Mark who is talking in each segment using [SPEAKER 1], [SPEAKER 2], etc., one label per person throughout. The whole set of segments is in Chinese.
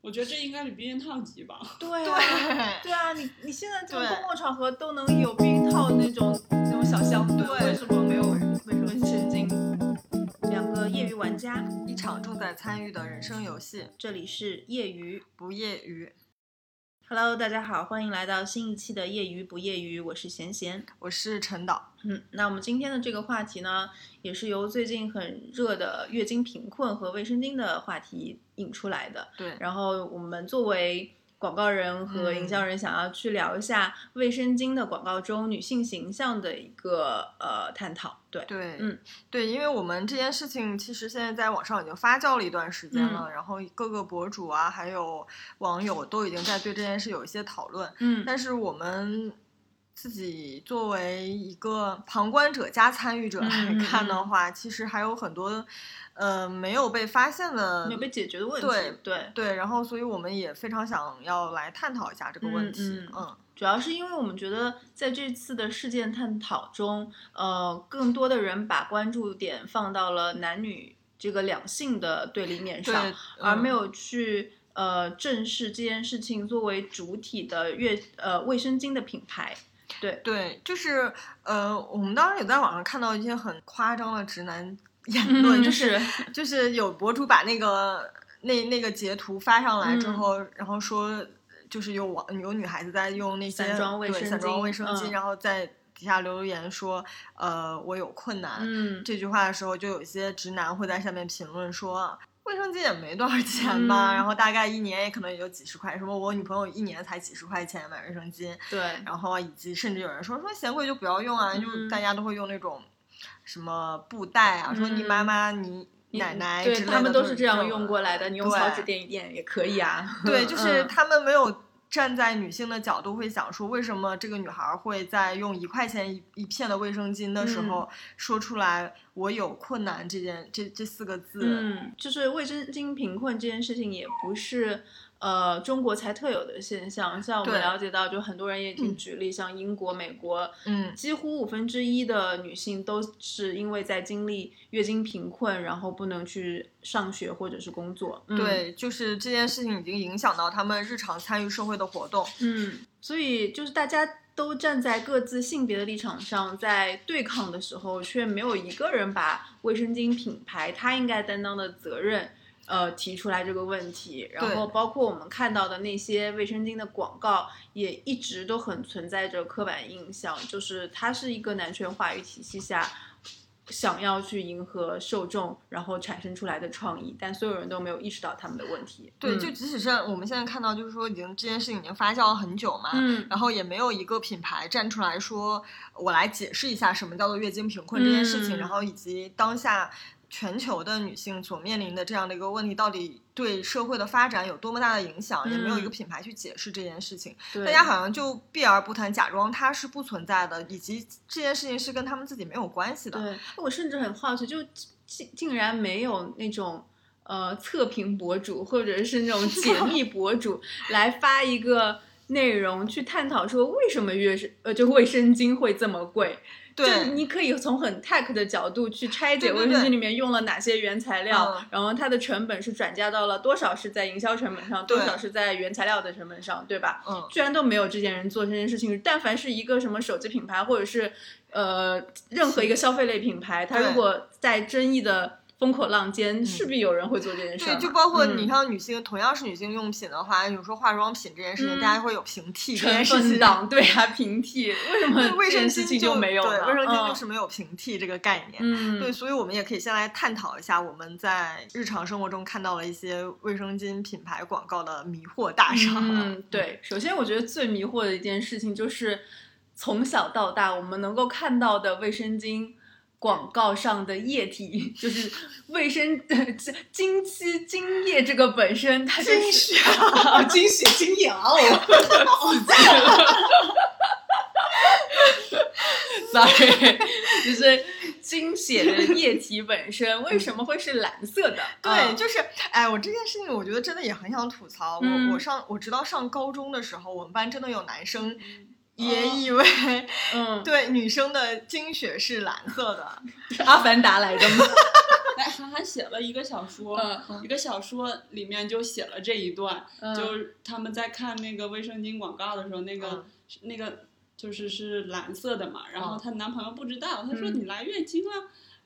[SPEAKER 1] 我觉得这应该比避孕套级吧。
[SPEAKER 2] 对
[SPEAKER 3] 对
[SPEAKER 2] 啊，对啊，你你现在这个
[SPEAKER 3] 对
[SPEAKER 2] 公共场合都能有避孕套那种那种小箱子，
[SPEAKER 3] 对
[SPEAKER 2] 为什么没有人？为什么神经？两个业余玩家，
[SPEAKER 3] 一场重在参与的人生游戏，
[SPEAKER 2] 这里是业余。
[SPEAKER 3] 不业余。
[SPEAKER 2] Hello，大家好，欢迎来到新一期的业余不业余，我是贤贤。
[SPEAKER 3] 我是陈导，
[SPEAKER 2] 嗯，那我们今天的这个话题呢，也是由最近很热的月经贫困和卫生巾的话题引出来的。
[SPEAKER 3] 对，
[SPEAKER 2] 然后我们作为广告人和
[SPEAKER 3] 嗯
[SPEAKER 2] 营销人，想要去聊一下卫生巾的广告中女性形象的一个呃探讨。对，
[SPEAKER 3] 对，
[SPEAKER 2] 嗯，
[SPEAKER 3] 对，因为我们这件事情其实现在在网上已经发酵了一段时间了，
[SPEAKER 2] 嗯
[SPEAKER 3] 然后各个博主啊，还有网友都已经在对这件事有一些讨论，
[SPEAKER 2] 嗯
[SPEAKER 3] 但是我们自己作为一个旁观者加参与者来
[SPEAKER 2] 嗯嗯
[SPEAKER 3] 看的话，其实还有很多呃没有被发现的
[SPEAKER 2] 没有被解决的问题。
[SPEAKER 3] 对
[SPEAKER 2] 对，
[SPEAKER 3] 对，然后所以我们也非常想要来探讨一下这个问题。
[SPEAKER 2] 嗯嗯主要是因为我们觉得在这次的事件探讨中，呃，更多的人把关注点放到了男女这个两性的对立面
[SPEAKER 3] 对
[SPEAKER 2] 上，，而
[SPEAKER 3] 嗯
[SPEAKER 2] 没有去呃正视这件事情作为主体的月呃卫生巾的品牌。
[SPEAKER 3] 对，就是呃，我们当时也在网上看到一些很夸张的 直男言
[SPEAKER 2] 嗯
[SPEAKER 3] 论，就是就是有博主把那个那那个截图发上来之
[SPEAKER 2] 嗯
[SPEAKER 3] 后，然后说就是有网有女孩子在用那些
[SPEAKER 2] 散装卫
[SPEAKER 3] 对
[SPEAKER 2] 生
[SPEAKER 3] 散装
[SPEAKER 2] 巾
[SPEAKER 3] 卫生巾，
[SPEAKER 2] 嗯
[SPEAKER 3] 然后在底下留言说呃我有困难、
[SPEAKER 2] 嗯，
[SPEAKER 3] 这句话的时候，就有一些直男会在下面评论说。卫生巾也没多少钱吧，
[SPEAKER 2] 嗯
[SPEAKER 3] 然后大概一年也可能也就几十块。什么我女朋友一年才几十块钱买卫生巾，
[SPEAKER 2] 对，
[SPEAKER 3] 然后啊以及甚至有人说说嫌贵就不要用啊，就是
[SPEAKER 2] 嗯
[SPEAKER 3] 大家都会用那种什么布袋啊，说你
[SPEAKER 2] 嗯
[SPEAKER 3] 妈妈你。奶奶
[SPEAKER 2] 对
[SPEAKER 3] 之类
[SPEAKER 2] 他
[SPEAKER 3] 的
[SPEAKER 2] 们
[SPEAKER 3] 都
[SPEAKER 2] 都是这样用过来的，你用
[SPEAKER 3] 对
[SPEAKER 2] 草纸垫一垫也可以啊。
[SPEAKER 3] 对，就是
[SPEAKER 2] 嗯
[SPEAKER 3] 他们没有站在女性的角度，会想说为什么这个女孩会在用一块钱一一片的卫生巾的时
[SPEAKER 2] 嗯
[SPEAKER 3] 候说出来“我有困难”这件这这四个字。
[SPEAKER 2] 嗯，就是卫生巾贫困这件事情也不是。呃，中国才特有的现象，像我们
[SPEAKER 3] 对
[SPEAKER 2] 了解到，就很多人也已经举例，像英国、美国，
[SPEAKER 3] 嗯
[SPEAKER 2] 几乎五分之一的女性都是因为在经历月经贫困，然后不能去上学或者是工作。嗯，
[SPEAKER 3] 对，就是这件事情已经影响到他们日常参与社会的活动。
[SPEAKER 2] 嗯， 所以就是大家都站在各自性别的立场上在对抗的时候，却没有一个人把卫生巾品牌它应该担当的责任。呃，提出来这个问题，然后包括我们看到的那些卫生巾的广告，也一直都很存在着刻板印象，就是它是一个男权话语体系下想要去迎合受众，然后产生出来的创意，但所有人都没有意识到他们的问题。
[SPEAKER 3] 对，
[SPEAKER 2] 嗯
[SPEAKER 3] 就即使是我们现在看到，就是说已经这件事情已经发酵了很久嘛，
[SPEAKER 2] 嗯
[SPEAKER 3] 然后也没有一个品牌站出来说，我来解释一下什么叫做月经贫困这件事情，
[SPEAKER 2] 嗯
[SPEAKER 3] 然后以及当下全球的女性所面临的这样的一个问题，到底对社会的发展有多么大的影响，也没有一个
[SPEAKER 2] 嗯
[SPEAKER 3] 品牌去解释这件事情，
[SPEAKER 2] 对
[SPEAKER 3] 大家好像就避而不谈，假装它是不存在的，以及这件事情是跟他们自己没有关系的。
[SPEAKER 2] 对，我甚至很好奇，就竟竟然没有那种呃测评博主或者是那种解 密博主来发一个内容去探讨说为什么月是呃就卫生巾会这么贵？
[SPEAKER 3] 对，
[SPEAKER 2] 就你可以从很 tech 的角度去拆解
[SPEAKER 3] 对
[SPEAKER 2] 卫
[SPEAKER 3] 对
[SPEAKER 2] 生巾
[SPEAKER 3] 对
[SPEAKER 2] 里面用了哪些原材料，
[SPEAKER 3] 嗯
[SPEAKER 2] 然后它的成本是转嫁到了多少是在营销成本上，多
[SPEAKER 3] 对
[SPEAKER 2] 少是在原材料的成本上，对吧？
[SPEAKER 3] 嗯，
[SPEAKER 2] 居然都没有这件人做这件事情。但凡是一个什么手机品牌，或者是呃任何一个消费类品牌，它
[SPEAKER 3] 对嗯
[SPEAKER 2] 如果在争议的风口浪尖，势必有人会做这件事儿
[SPEAKER 3] 对，
[SPEAKER 2] 嘛。
[SPEAKER 3] 就包括你
[SPEAKER 2] 嗯
[SPEAKER 3] 像女性，同样是女性用品的话，有时候化妆品这件事情，
[SPEAKER 2] 嗯
[SPEAKER 3] 大家会有平替这件
[SPEAKER 2] 成
[SPEAKER 3] 事
[SPEAKER 2] 分
[SPEAKER 3] 情。
[SPEAKER 2] 党对啊，平替为什么
[SPEAKER 3] 对卫
[SPEAKER 2] 这
[SPEAKER 3] 生
[SPEAKER 2] 件事
[SPEAKER 3] 巾
[SPEAKER 2] 情就没有
[SPEAKER 3] 对，
[SPEAKER 2] 呢？
[SPEAKER 3] 卫生巾就
[SPEAKER 2] 嗯
[SPEAKER 3] 是没有平替这个概念。
[SPEAKER 2] 嗯，
[SPEAKER 3] 对，所以我们也可以先来探讨一下我们在日常生活中看到了一些卫生巾品牌广告的迷惑大赏。
[SPEAKER 2] 嗯，对，首先我觉得最迷惑的一件事情就是，从小到大我们能够看到的卫生巾广告上的液体，就是 卫生经期精液这个本身，它就是
[SPEAKER 3] 经
[SPEAKER 2] 血 啊，经血经液
[SPEAKER 3] 哦
[SPEAKER 2] 啊，我自己了。Sorry，就是经血的液体本身为什么会是蓝色的？ 啊
[SPEAKER 3] 对，就是，哎，我这件事情，我觉得真的也很想吐槽。
[SPEAKER 2] 嗯
[SPEAKER 3] 我我上我直到上高中的时候，我们班真的有男生也
[SPEAKER 2] 哦
[SPEAKER 3] 以为、
[SPEAKER 2] 嗯，
[SPEAKER 3] 对女生的经血是蓝色的，
[SPEAKER 2] 阿凡达来的吗？
[SPEAKER 1] 哎，韩寒写了一个小说，
[SPEAKER 2] 嗯
[SPEAKER 1] 一个小说里面就写了这一段，
[SPEAKER 2] 嗯
[SPEAKER 1] 就是他们在看那个卫生巾广告的时候，那个、
[SPEAKER 3] 嗯
[SPEAKER 1] 那个就是是蓝色的嘛，然后
[SPEAKER 3] 嗯
[SPEAKER 1] 她男朋友不知道，他说
[SPEAKER 2] 嗯
[SPEAKER 1] 你来月经了，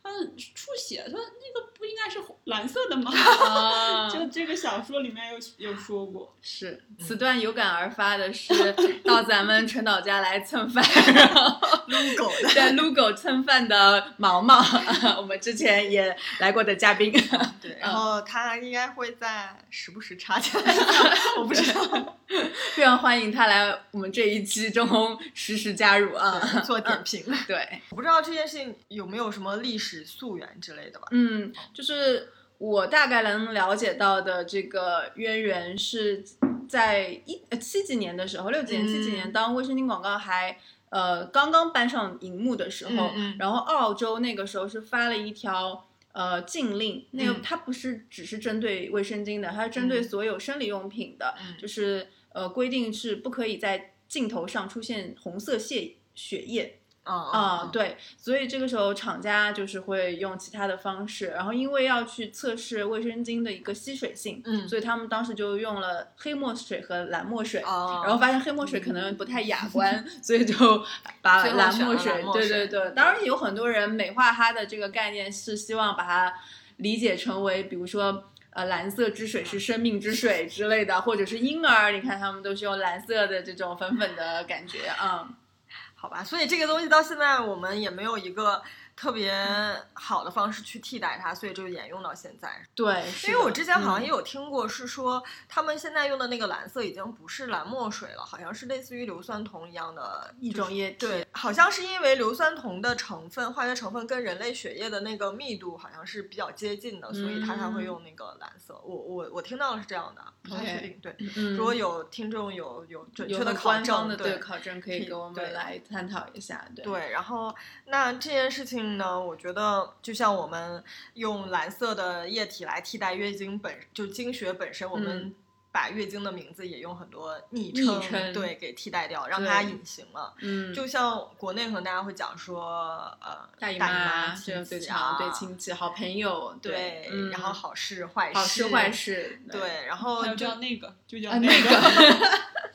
[SPEAKER 1] 她出血，她说那个不应该是红蓝色 的吗？
[SPEAKER 2] 啊，
[SPEAKER 1] 就这个小说里面有有说过，
[SPEAKER 2] 是此段有感而发的是到咱们陈导家来蹭饭，然后
[SPEAKER 3] 撸狗 的。
[SPEAKER 2] 在 Lugo 蹭饭的毛毛， 我们之前也来过的嘉宾，
[SPEAKER 3] 对，
[SPEAKER 2] 嗯
[SPEAKER 3] 然后他应该会在时不时 插进来一下，我不知道
[SPEAKER 2] 非常欢迎他来我们这一期中实时加入啊。
[SPEAKER 3] 做点评。
[SPEAKER 2] 对，
[SPEAKER 3] 我不知道这件事情有没有什么历史溯源之类的吧？
[SPEAKER 2] 嗯，就是我大概能了解到的这个渊源是在一呃七几年的时候，六几年、
[SPEAKER 3] 嗯
[SPEAKER 2] 七几年，当卫生巾广告还呃刚刚搬上荧幕的时候，
[SPEAKER 3] 嗯嗯
[SPEAKER 2] 然后澳洲那个时候是发了一条。呃，禁令那个
[SPEAKER 3] 嗯
[SPEAKER 2] 它不是只是针对卫生巾的，它是针对
[SPEAKER 3] 嗯
[SPEAKER 2] 所有生理用品的，
[SPEAKER 3] 嗯
[SPEAKER 2] 就是呃规定是不可以在镜头上出现红色血血液，啊、
[SPEAKER 3] 啊，
[SPEAKER 2] 对，所以这个时候厂家就是会用其他的方式，然后因为要去测试卫生巾的一个吸水性，
[SPEAKER 3] 嗯，
[SPEAKER 2] 所以他们当时就用了黑墨水和蓝墨水。
[SPEAKER 3] 啊，
[SPEAKER 2] 然后发现黑墨水可能不太雅观， 所以就把
[SPEAKER 3] 最后
[SPEAKER 2] 蓝
[SPEAKER 3] 选
[SPEAKER 2] 墨
[SPEAKER 3] 了
[SPEAKER 2] 水
[SPEAKER 3] 蓝，墨
[SPEAKER 2] 对对
[SPEAKER 3] 水
[SPEAKER 2] 对。当然有很多人美化它的这个概念，是希望把它理解成为，比如说呃蓝色之水
[SPEAKER 3] 嗯
[SPEAKER 2] 是生命之水之类的，或者是婴儿，你看他们都是用蓝色的这种粉粉的感觉啊。
[SPEAKER 3] 好吧，所以这个东西到现在我们也没有一个特别好的方式去替代它，所以就沿用到现在。
[SPEAKER 2] 对，
[SPEAKER 3] 因
[SPEAKER 2] 是
[SPEAKER 3] 为我
[SPEAKER 2] 的
[SPEAKER 3] 之前好
[SPEAKER 2] 嗯
[SPEAKER 3] 像也有听过，是说他们现在用的那个蓝色已经不是蓝墨水了，好像是类似于硫酸铜一样的
[SPEAKER 2] 一种液体。
[SPEAKER 3] 对，好像是因为硫酸铜的成分、化学成分跟人类血液的那个密度好像是比较接近的，所以它才会
[SPEAKER 2] 嗯
[SPEAKER 3] 用那个蓝色。我我我听到的是这样的，不太确
[SPEAKER 1] OK
[SPEAKER 3] 定。对，
[SPEAKER 2] 嗯，
[SPEAKER 3] 如果有听众有有准
[SPEAKER 2] 有
[SPEAKER 3] 确的
[SPEAKER 2] 很
[SPEAKER 3] 考
[SPEAKER 2] 官方
[SPEAKER 3] 证，
[SPEAKER 2] 的
[SPEAKER 3] 对
[SPEAKER 2] 考证，可以
[SPEAKER 3] 可以
[SPEAKER 2] 给我们
[SPEAKER 3] 对
[SPEAKER 2] 来探讨一下。对，
[SPEAKER 3] 对，然后那这件事情呢，我觉得就像我们用蓝色的液体来替代月经本，就经血本身，我们把月经的名字也用很多昵称，
[SPEAKER 2] 嗯称
[SPEAKER 3] 对给替代掉，让它
[SPEAKER 2] 对
[SPEAKER 3] 隐形了。
[SPEAKER 2] 嗯，
[SPEAKER 3] 就像国内可能大家会讲说，呃，
[SPEAKER 2] 大姨
[SPEAKER 3] 姨
[SPEAKER 2] 妈、
[SPEAKER 3] 亲
[SPEAKER 2] 这
[SPEAKER 3] 戚
[SPEAKER 2] 最
[SPEAKER 3] 啊
[SPEAKER 2] 常对亲戚、好朋友，
[SPEAKER 3] 对，
[SPEAKER 2] 嗯
[SPEAKER 3] 然后好事坏事，
[SPEAKER 2] 好事坏，事，
[SPEAKER 3] 对，然后
[SPEAKER 1] 还有
[SPEAKER 3] 就
[SPEAKER 1] 叫那个就叫
[SPEAKER 2] 哦 啊，那
[SPEAKER 1] 那个，
[SPEAKER 2] 个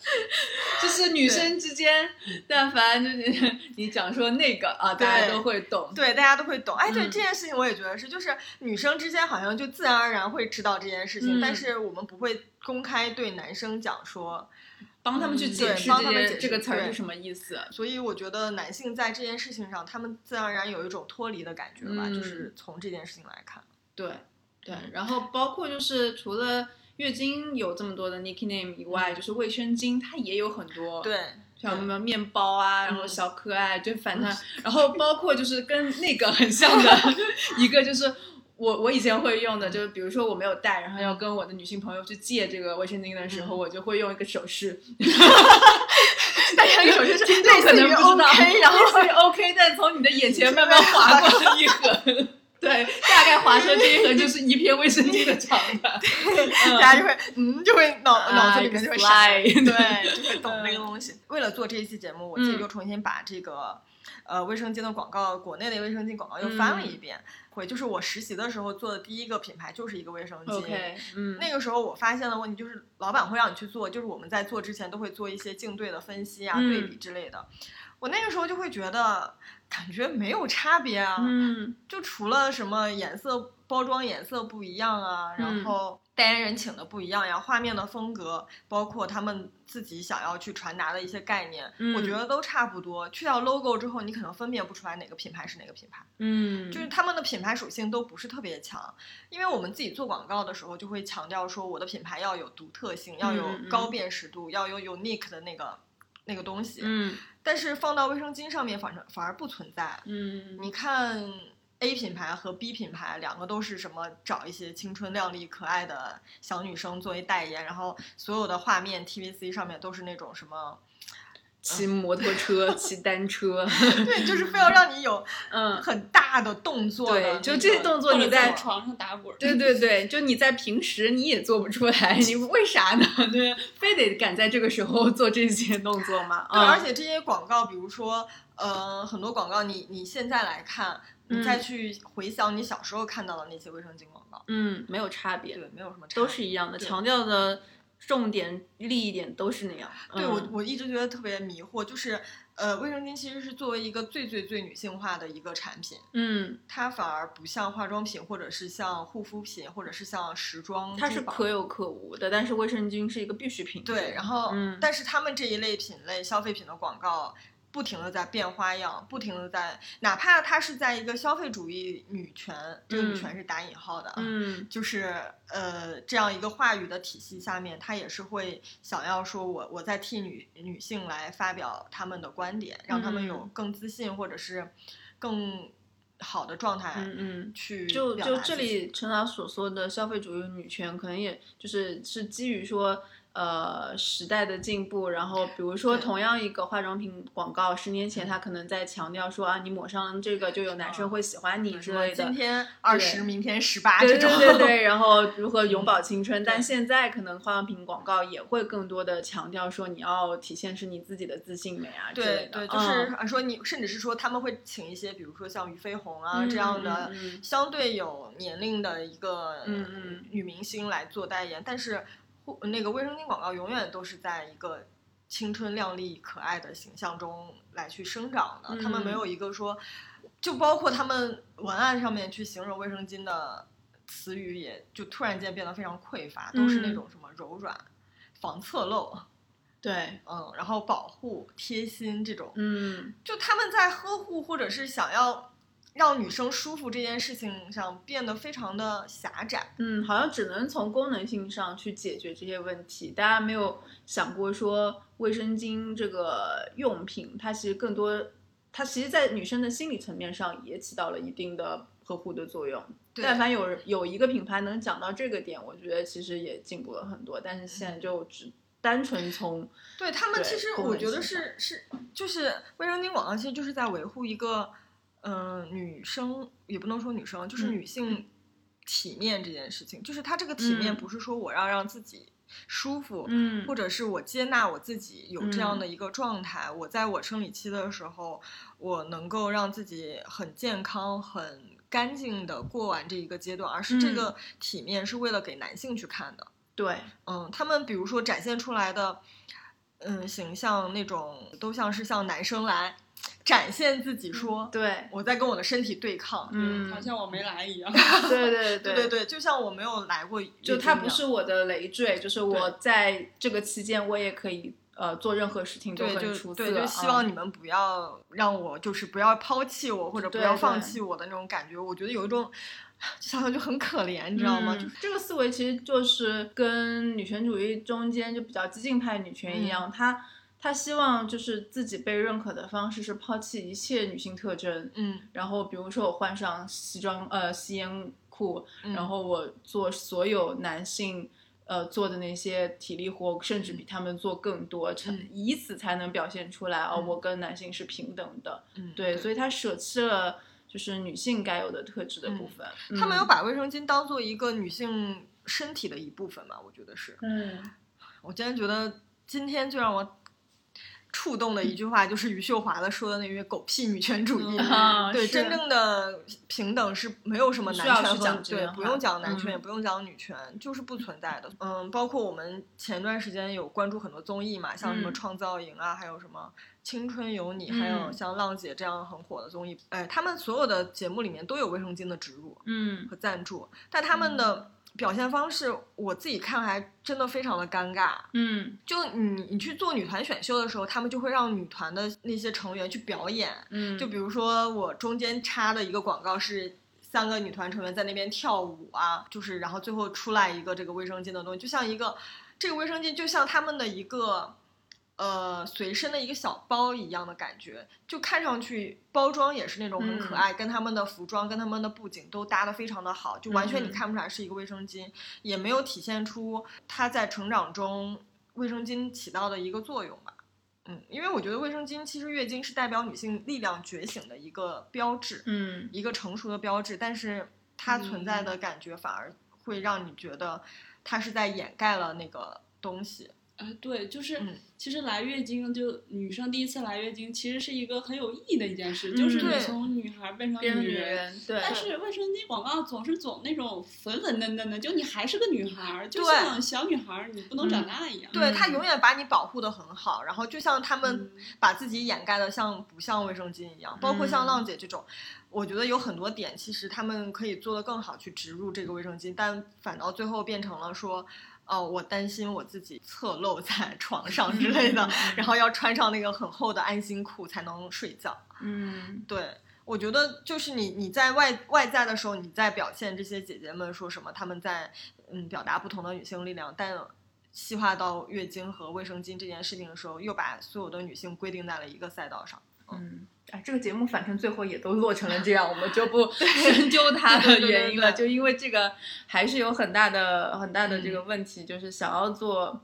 [SPEAKER 2] 就是女生之间，但凡就是 你讲说那个啊，大家
[SPEAKER 3] 对
[SPEAKER 2] 都会懂。
[SPEAKER 3] 对，大家都会懂。哎，对、
[SPEAKER 2] 嗯
[SPEAKER 3] 这件事情，我也觉得是，就是女生之间好像就自然而然会知道这件事情，
[SPEAKER 2] 嗯
[SPEAKER 3] 但是我们不会公开对男生讲说。
[SPEAKER 2] 帮他们去
[SPEAKER 1] 嗯
[SPEAKER 2] 解
[SPEAKER 3] 对
[SPEAKER 2] 释
[SPEAKER 3] 帮
[SPEAKER 2] 这
[SPEAKER 3] 他们
[SPEAKER 2] 些
[SPEAKER 3] 解
[SPEAKER 2] 这个
[SPEAKER 3] 释
[SPEAKER 2] 词儿是
[SPEAKER 3] 对
[SPEAKER 2] 什么意思。
[SPEAKER 3] 所以我觉得男性在这件事情上，他们自然而然有一种脱离的感觉吧，
[SPEAKER 2] 嗯
[SPEAKER 3] 就是从这件事情来看。
[SPEAKER 2] 对对
[SPEAKER 3] 嗯，
[SPEAKER 2] 然后包括就是除了月经有这么多的 nickname 以
[SPEAKER 3] 嗯
[SPEAKER 2] 外，就是卫生巾它也有很多，，
[SPEAKER 3] 对，
[SPEAKER 2] 像什么面包啊，然后
[SPEAKER 3] 嗯
[SPEAKER 2] 小可爱，就反正，然后包括就是跟那个很像的 一个就是。我我以前会用的，就是比如说我没有带，然后要跟我的女性朋友去借这个卫生巾的时候，
[SPEAKER 3] 嗯
[SPEAKER 2] 我就会用一个手势，
[SPEAKER 3] 大家有些 是
[SPEAKER 2] 听众可能不知道
[SPEAKER 3] OK，然后
[SPEAKER 2] 类似于 OK，但从你的眼前慢 慢划过一横，对，大概划出这一横就是一片卫生巾的长短，
[SPEAKER 3] 大家就会嗯，就会脑
[SPEAKER 2] 啊
[SPEAKER 3] 脑子里面就会闪，
[SPEAKER 2] 一个 slide
[SPEAKER 3] 对，就会懂
[SPEAKER 2] 嗯
[SPEAKER 3] 这个东西。为了做这一期节目，我自己
[SPEAKER 2] 嗯
[SPEAKER 3] 又重新把这个。呃，卫生巾的广告，国内的卫生巾广告又翻
[SPEAKER 2] 嗯
[SPEAKER 3] 了一遍。会就是我实习的时候做的第一个品牌就是一个卫生巾。
[SPEAKER 2] OK，嗯，
[SPEAKER 3] 那个时候我发现的问题就是，老板会让你去做，就是我们在做之前都会做一些竞对的分析啊、
[SPEAKER 2] 嗯
[SPEAKER 3] 对比之类的。我那个时候就会觉得，感觉没有差别啊。
[SPEAKER 2] 嗯
[SPEAKER 3] 就除了什么颜色、包装颜色不一样啊，然
[SPEAKER 2] 嗯
[SPEAKER 3] 后代言人请的不一样呀，画面的风格，包括他们自己想要去传达的一些概念，
[SPEAKER 2] 嗯
[SPEAKER 3] 我觉得都差不多。去掉 logo 之后，你可能分辨不出来哪个品牌是哪个品牌，
[SPEAKER 2] 嗯，
[SPEAKER 3] 就是他们的品牌属性都不是特别强。因为我们自己做广告的时候，就会强调说我的品牌要有独特性，要有
[SPEAKER 2] 嗯嗯
[SPEAKER 3] 高辨识度，要有 unique 的那个那个东西。
[SPEAKER 2] 嗯
[SPEAKER 3] 但是放到卫生巾上面，反正反而不存在。
[SPEAKER 2] 嗯
[SPEAKER 3] 你看 A 品牌和 B 品牌两个都是什么？找一些青春靓丽、可爱的小女生作为代言，然后所有的画面 TVC 上面都是那种什么？
[SPEAKER 2] 骑摩托车、骑单 车，
[SPEAKER 3] 对，就是非要让你有
[SPEAKER 2] 嗯，
[SPEAKER 3] 很大的动作的那
[SPEAKER 2] 对，
[SPEAKER 3] 种。
[SPEAKER 2] 就这些动作
[SPEAKER 1] 或者
[SPEAKER 2] 你在
[SPEAKER 1] 在。床上打滚儿，
[SPEAKER 2] 对对对，就你在平时你也做不出来，你为啥呢？ 对，非得赶在这个时候做这些动作吗？
[SPEAKER 3] 对，而
[SPEAKER 2] 嗯
[SPEAKER 3] 且这些广告，比如说，呃，很多广告你你现在来看，你再
[SPEAKER 2] 嗯
[SPEAKER 3] 去回想你小时候看到的那些卫生巾广告，
[SPEAKER 2] 嗯，没有差别，
[SPEAKER 3] 对，没有什么差
[SPEAKER 2] 都是一样的，
[SPEAKER 3] 对
[SPEAKER 2] 强调的重点、利点都是那样。
[SPEAKER 3] 对我
[SPEAKER 2] 嗯，
[SPEAKER 3] 我一直觉得特别迷惑，就是呃，卫生巾其实是作为一个最最最女性化的一个产品，
[SPEAKER 2] 嗯，
[SPEAKER 3] 它反而不像化妆品，或者是像护肤品，或者是像时装，
[SPEAKER 2] 它是可。有可无的，但是卫生巾是一个必需品。
[SPEAKER 3] 对，然后、
[SPEAKER 2] 嗯
[SPEAKER 3] 但是他们这一类品类消费品的广告。不停的在变花样，不停的在，哪怕它是在一个消费主义女权，这个
[SPEAKER 2] 嗯
[SPEAKER 3] 女权是打引号的啊，
[SPEAKER 2] 嗯
[SPEAKER 3] 就是呃这样一个话语的体系下面，他也是会想要说我我在替女女性来发表她们的观点，让她们有
[SPEAKER 2] 嗯
[SPEAKER 3] 更自信或者是更好的状态
[SPEAKER 2] 嗯嗯，
[SPEAKER 3] 去
[SPEAKER 2] 就
[SPEAKER 3] 表
[SPEAKER 2] 就
[SPEAKER 3] 达
[SPEAKER 2] 这
[SPEAKER 3] 自己
[SPEAKER 2] 里陈老所说的消费主义女权，可能也就是是基于说。呃，时代的进步，然后比如说
[SPEAKER 3] 对
[SPEAKER 2] 同样一个化妆品广告，十年前它可能在强调说啊，你抹上这个就有男生
[SPEAKER 3] 嗯
[SPEAKER 2] 会喜欢你
[SPEAKER 3] 对
[SPEAKER 2] 之
[SPEAKER 3] 什么
[SPEAKER 2] 类的，
[SPEAKER 3] 今天二十，
[SPEAKER 2] 对
[SPEAKER 3] 明天十八
[SPEAKER 2] 对
[SPEAKER 3] 这种，嗯
[SPEAKER 2] 对对对，然 后如何永葆青春？但
[SPEAKER 3] 对
[SPEAKER 2] 现在可能化妆品广告也会更多的强调说你要体现是你自己的自信美啊之类的，
[SPEAKER 3] 对对，就是啊说你，甚至是说他们会请一些，比如说像俞飞鸿啊、
[SPEAKER 2] 嗯
[SPEAKER 3] 这样的、
[SPEAKER 2] 嗯嗯嗯
[SPEAKER 3] 相对有年龄的一个
[SPEAKER 2] 嗯嗯
[SPEAKER 3] 女明星来做代言，但是护那个卫生巾广告永远都是在一个青春靓丽、可爱的形象中来去生长的，他们
[SPEAKER 2] 嗯
[SPEAKER 3] 没有一个说，就包括他们文案上面去形容卫生巾的词语，也就突然间变得非常匮乏，都是那
[SPEAKER 2] 嗯
[SPEAKER 3] 种什么柔软、防侧漏。
[SPEAKER 2] 对，
[SPEAKER 3] 嗯，然后保护、贴心这种，
[SPEAKER 2] 嗯
[SPEAKER 3] 就他们在呵护或者是想要让女生舒服这件事情上变得非常的狭窄。
[SPEAKER 2] 嗯，好像只能从功能性上去解决这些问题，大家没有想过说卫生巾这个用品，它其实更多，它其实，在女生的心理层面上也起到了一定的呵护的作用。但凡有有一个品牌能讲到这个点，我觉得其实也进步了很多。但是现在就只单纯 从
[SPEAKER 3] 对他们
[SPEAKER 2] 对
[SPEAKER 3] 其实
[SPEAKER 2] 功
[SPEAKER 3] 我
[SPEAKER 2] 能
[SPEAKER 3] 觉
[SPEAKER 2] 性
[SPEAKER 3] 得是是就是卫生巾广啊告，其实就是在维护一个嗯、呃女生也不能说女生，就是
[SPEAKER 2] 嗯
[SPEAKER 3] 女性体面这件事情。就是她这个体面
[SPEAKER 2] 嗯
[SPEAKER 3] 不是说我要让自己舒服，
[SPEAKER 2] 嗯
[SPEAKER 3] 或者是我接纳我自己有这样
[SPEAKER 2] 嗯
[SPEAKER 3] 的一个状态，我在我生理期的时候，我能够让自己很健康、很干净的过完这一个阶段，而是这
[SPEAKER 2] 嗯
[SPEAKER 3] 个体面是为了给男性去看的。
[SPEAKER 2] 对，
[SPEAKER 3] 嗯，他们比如说展现出来的，嗯，形象那种都像是向男生来展现自己说，
[SPEAKER 2] 嗯 对
[SPEAKER 3] 我在跟我的身体对抗。
[SPEAKER 2] 嗯
[SPEAKER 1] 好像我没来一 样。
[SPEAKER 2] 对对
[SPEAKER 3] 对对
[SPEAKER 2] 对。
[SPEAKER 3] 对，就像我没有来过月经一
[SPEAKER 2] 就
[SPEAKER 3] 样，
[SPEAKER 2] 它不是我的累赘，就是我在这个期间，我也可以呃做任何事情都
[SPEAKER 3] 对，
[SPEAKER 2] 很
[SPEAKER 3] 就
[SPEAKER 2] 出色。
[SPEAKER 3] 对，就希望
[SPEAKER 2] 嗯
[SPEAKER 3] 你们不要让我，就是不要抛弃我，或者不
[SPEAKER 2] 对
[SPEAKER 3] 要
[SPEAKER 2] 对
[SPEAKER 3] 放弃我的那种感觉。我觉得有一种，想想就很可怜，你知道吗？
[SPEAKER 2] 嗯
[SPEAKER 3] 就
[SPEAKER 2] 这个思维其实就是跟女权主义中间就比较激进派女权一样，她她希望就是自己被认可的方式是抛弃一切女性特征，
[SPEAKER 3] 嗯，
[SPEAKER 2] 然后比如说我换上西装呃吸烟裤，
[SPEAKER 3] 嗯
[SPEAKER 2] 然后我做所有男性呃做的那些体力活，甚至比他们做更多，才
[SPEAKER 3] 嗯
[SPEAKER 2] 以此才能表现出来哦，
[SPEAKER 3] 嗯
[SPEAKER 2] 我跟男性是平等的。
[SPEAKER 3] 嗯
[SPEAKER 2] 对，所以他舍弃了就是女性该有的特质的部分。
[SPEAKER 3] 他没有
[SPEAKER 2] 嗯
[SPEAKER 3] 把卫生巾当做一个女性身体的一部分嘛？我觉得是，
[SPEAKER 2] 嗯
[SPEAKER 3] 我真的觉得今天就让我。触动的一句话就是余秀华的说的那句“狗屁女权主 义”，
[SPEAKER 2] 啊
[SPEAKER 3] 对，
[SPEAKER 2] 是
[SPEAKER 3] 真正的平等是没有什么
[SPEAKER 2] 不需
[SPEAKER 3] 男
[SPEAKER 2] 要
[SPEAKER 3] 权
[SPEAKER 2] 去
[SPEAKER 3] 和
[SPEAKER 2] 讲这
[SPEAKER 3] 对，
[SPEAKER 2] 个
[SPEAKER 3] 不
[SPEAKER 2] 话
[SPEAKER 3] 用讲男
[SPEAKER 2] 嗯
[SPEAKER 3] 权，也不用讲女权，就是不存在的。嗯，包括我们前段时间有关注很多综艺嘛，像什么
[SPEAKER 2] 嗯
[SPEAKER 3] 《创造营》啊，还有什么《青春有你》，还有
[SPEAKER 2] 嗯
[SPEAKER 3] 像《浪姐》这样很火的综艺，哎，他们所有的节目里面都有卫生巾的植入
[SPEAKER 2] 嗯
[SPEAKER 3] 和赞助，但他们的表现方式，我自己看还真的非常的尴尬。
[SPEAKER 2] 嗯
[SPEAKER 3] 就你你去做女团选秀的时候，他们就会让女团的那些成员去表演，
[SPEAKER 2] 嗯，
[SPEAKER 3] 就比如说我中间插的一个广告是三个女团成员在那边跳舞啊，就是然后最后出来一个这个卫生巾的东西，就像一个这个卫生巾就像他们的一个呃随身的一个小包一样的感觉，就看上去包装也是那种很可
[SPEAKER 2] 嗯
[SPEAKER 3] 爱，跟他们的服装跟他们的布景都搭得非常的好，就完全你
[SPEAKER 2] 嗯
[SPEAKER 3] 看不出来是一个卫生巾，也没有体现出它在成长中卫生巾起到的一个作用吧。嗯，因为我觉得卫生巾其实月经是代表女性力量觉醒的一个标志，
[SPEAKER 2] 嗯
[SPEAKER 3] 一个成熟的标志，但是它存在的感觉反而会让你觉得它是在掩盖了那个东西。
[SPEAKER 1] 啊，对，就是、
[SPEAKER 3] 嗯
[SPEAKER 1] 其实来月经就女生第一次来月经，其实是一个很有意义的一件事，就是你
[SPEAKER 3] 对
[SPEAKER 1] 从女孩变成
[SPEAKER 2] 嗯变成
[SPEAKER 1] 女
[SPEAKER 2] 女
[SPEAKER 1] 人。
[SPEAKER 2] 人，对，
[SPEAKER 1] 但是卫生巾广告总是总那种粉粉嫩嫩的，就你还是个女孩儿，就
[SPEAKER 3] 对
[SPEAKER 1] 像小女孩儿你不能长大一样。
[SPEAKER 3] 对，它
[SPEAKER 2] 嗯
[SPEAKER 3] 永远把你保护的很好，然后就像他们
[SPEAKER 1] 嗯
[SPEAKER 3] 把自己掩盖的像不像卫生巾一样，包括像
[SPEAKER 2] 嗯
[SPEAKER 3] 浪姐这种，我觉得有很多点其实他们可以做得更好去植入这个卫生巾，但反倒最后变成了说。哦，我担心我自己侧漏在床上之类的，然后要穿上那个很厚的安心裤才能睡觉。
[SPEAKER 2] 嗯，
[SPEAKER 3] 对，我觉得就是你你在外外在的时候，你在表现这些姐姐们说什么，她们在嗯表达不同的女性力量，但细化到月经和卫生巾这件事情的时候，又把所有的女性规定在了一个赛道上。
[SPEAKER 2] 嗯，哎，这个节目反正最后也都落成了这样，我们就不深究它的原因了。
[SPEAKER 3] 对对对对嗯
[SPEAKER 2] 就因为这个还是有很大的很大的这个问题，就是想要做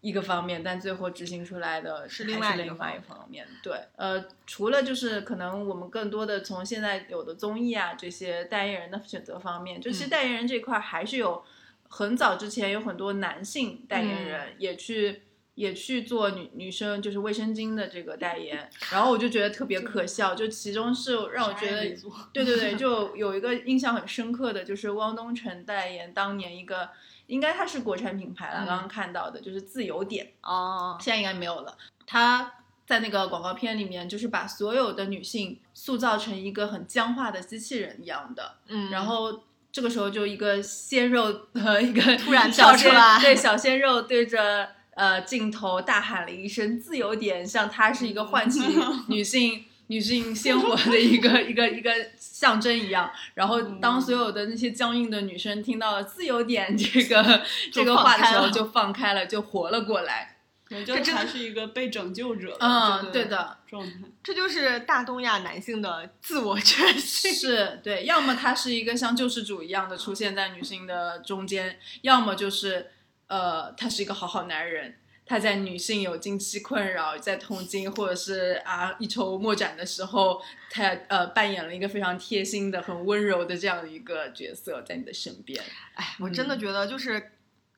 [SPEAKER 2] 一个方面，但最后执行出来的
[SPEAKER 3] 是
[SPEAKER 2] 还
[SPEAKER 3] 另外一
[SPEAKER 2] 是
[SPEAKER 3] 个
[SPEAKER 2] 另
[SPEAKER 3] 方
[SPEAKER 2] 外一
[SPEAKER 3] 面
[SPEAKER 2] 方面。对，呃，除了就是可能我们更多的从现在有的综艺啊这些代言人的选择方面，就其实
[SPEAKER 3] 嗯
[SPEAKER 2] 代言人这块儿还是有很早之前有很多男性代言人
[SPEAKER 1] 嗯
[SPEAKER 2] 也去。也去做女女生就是卫生巾的这个代 言，然后我就觉得特别可笑，就其中是让我觉
[SPEAKER 1] 啥也没
[SPEAKER 2] 得，
[SPEAKER 1] 做
[SPEAKER 2] 对对 对，就有一个印象很深刻的就是汪东城代言当年一个，应该它是国产品牌了，
[SPEAKER 3] 嗯
[SPEAKER 2] 刚刚看到的，就是自由点，
[SPEAKER 3] 哦，
[SPEAKER 2] 现在应该没有了。他在那个广告片里面，就是把所有的女性塑造成一个很僵化的机器人一样的，
[SPEAKER 3] 嗯，
[SPEAKER 2] 然后这个时候就一个鲜肉呃一个
[SPEAKER 3] 突然
[SPEAKER 2] 小
[SPEAKER 3] 跳出
[SPEAKER 2] 鲜
[SPEAKER 3] 来
[SPEAKER 2] 对小鲜肉对着呃镜头大喊了一声“自由点”，像他是一个唤 起女性。女性鲜活的一个一个一个象征一样，然后
[SPEAKER 3] 嗯
[SPEAKER 2] 当所有的那些僵硬的女生听到了“自由点”这个这个
[SPEAKER 3] 放
[SPEAKER 2] 话的
[SPEAKER 3] 开
[SPEAKER 2] 时候，
[SPEAKER 3] 了
[SPEAKER 2] 就放开了，就活了过来。
[SPEAKER 1] 我觉得
[SPEAKER 3] 这真的
[SPEAKER 1] 还是一个被拯救者的
[SPEAKER 2] 嗯，对
[SPEAKER 3] 对
[SPEAKER 2] 的，
[SPEAKER 1] 状态。
[SPEAKER 3] 这就是大东亚男性的自我觉醒。
[SPEAKER 2] 是对，要么他是一个像救世主一样的出现在女性的中间，要么就是呃，他是一个好好男人。他在女性有经期困扰、在痛经或者是啊一筹莫展的时候，他呃扮演了一个非常贴心的、很温柔的这样的一个角色在你的身边。
[SPEAKER 3] 哎，我真的觉得就是。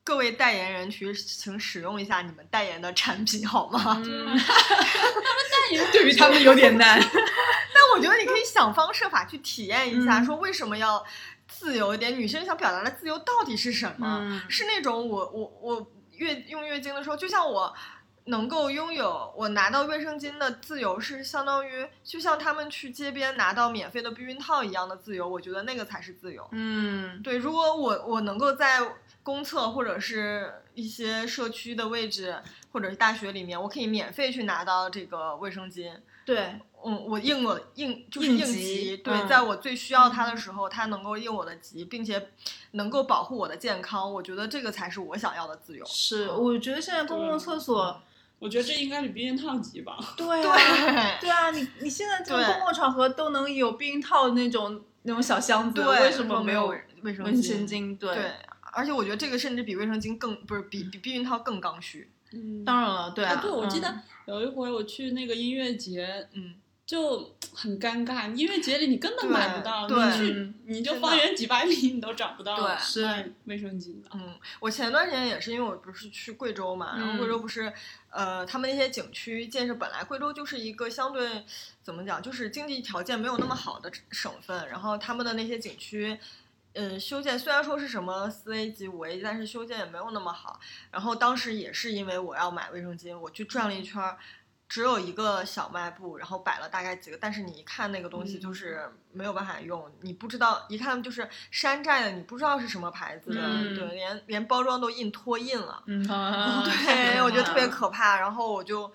[SPEAKER 3] 各位代言人，去请使用一下你们代言的产品好吗？
[SPEAKER 2] 嗯，
[SPEAKER 1] 啊但也
[SPEAKER 2] 对于他们有点难。
[SPEAKER 3] 但我觉得你可以想方设法去体验一下，
[SPEAKER 2] 嗯
[SPEAKER 3] 说为什么要自由一点？女生想表达的自由到底是什么？
[SPEAKER 2] 嗯
[SPEAKER 3] 是那种我我我月用月经的时候，就像我能够拥有我拿到卫生巾的自由，是相当于就像他们去街边拿到免费的避孕套一样的自由。我觉得那个才是自由。
[SPEAKER 2] 嗯
[SPEAKER 3] 对，如果我我能够在公厕或者是一些社区的位置，或者是大学里面，我可以免费去拿到这个卫生巾。
[SPEAKER 2] 对，
[SPEAKER 3] 嗯，我应我应就是
[SPEAKER 2] 应
[SPEAKER 3] 应
[SPEAKER 2] 急
[SPEAKER 3] 对，
[SPEAKER 2] 嗯
[SPEAKER 3] 在我最需要它的时候，它能够应我的急，并且能够保护我的健康，我觉得这个才是我想要的自由。
[SPEAKER 2] 是，我觉得现在公共厕所，
[SPEAKER 1] 我觉得这应该比避孕套级吧。
[SPEAKER 2] 对
[SPEAKER 3] 对，
[SPEAKER 2] 啊，对啊，你你现在这个
[SPEAKER 3] 对
[SPEAKER 2] 公共场合都能有避孕套那种那种小箱子，
[SPEAKER 3] 对，
[SPEAKER 2] 为什么
[SPEAKER 3] 没
[SPEAKER 2] 有
[SPEAKER 3] 卫生
[SPEAKER 2] 卫生
[SPEAKER 3] 巾？
[SPEAKER 2] 巾？对，
[SPEAKER 3] 对，而且我觉得这个甚至比卫生巾更不是比比避孕套更刚需。
[SPEAKER 1] 嗯
[SPEAKER 2] 当然了，对啊，
[SPEAKER 3] 哎
[SPEAKER 1] 啊，对，我记
[SPEAKER 2] 嗯
[SPEAKER 1] 得有一回我去那个音乐节，
[SPEAKER 3] 嗯，
[SPEAKER 1] 就很尴尬。音乐节里你根本买不到，
[SPEAKER 3] 对
[SPEAKER 1] 你去
[SPEAKER 2] 嗯
[SPEAKER 1] 你就
[SPEAKER 3] 真的
[SPEAKER 1] 方圆几百米你都找不到
[SPEAKER 3] 对
[SPEAKER 2] 是
[SPEAKER 1] 卖卫生巾的。
[SPEAKER 3] 嗯，我前段时间也是，因为我不是去贵州嘛，然后贵州不是，呃，他们那些景区建设，本来贵州就是一个相对怎么讲，就是经济条件没有那么好的省份，然后他们的那些景区。嗯，修建虽然说是什么四 A 级、五 A 级，但是修建也没有那么好。然后当时也是因为我要买卫生巾，我去转了一圈儿，只有一个小卖部，然后摆了大概几个，但是你一看那个东西
[SPEAKER 1] 嗯
[SPEAKER 3] 就是没有办法用，你不知道，一看就是山寨的，你不知道是什么牌子的，
[SPEAKER 2] 嗯
[SPEAKER 3] 对，连连包装都印脱印了，
[SPEAKER 2] 嗯， 啊
[SPEAKER 3] 哦 对，我觉得特别可怕。然后我就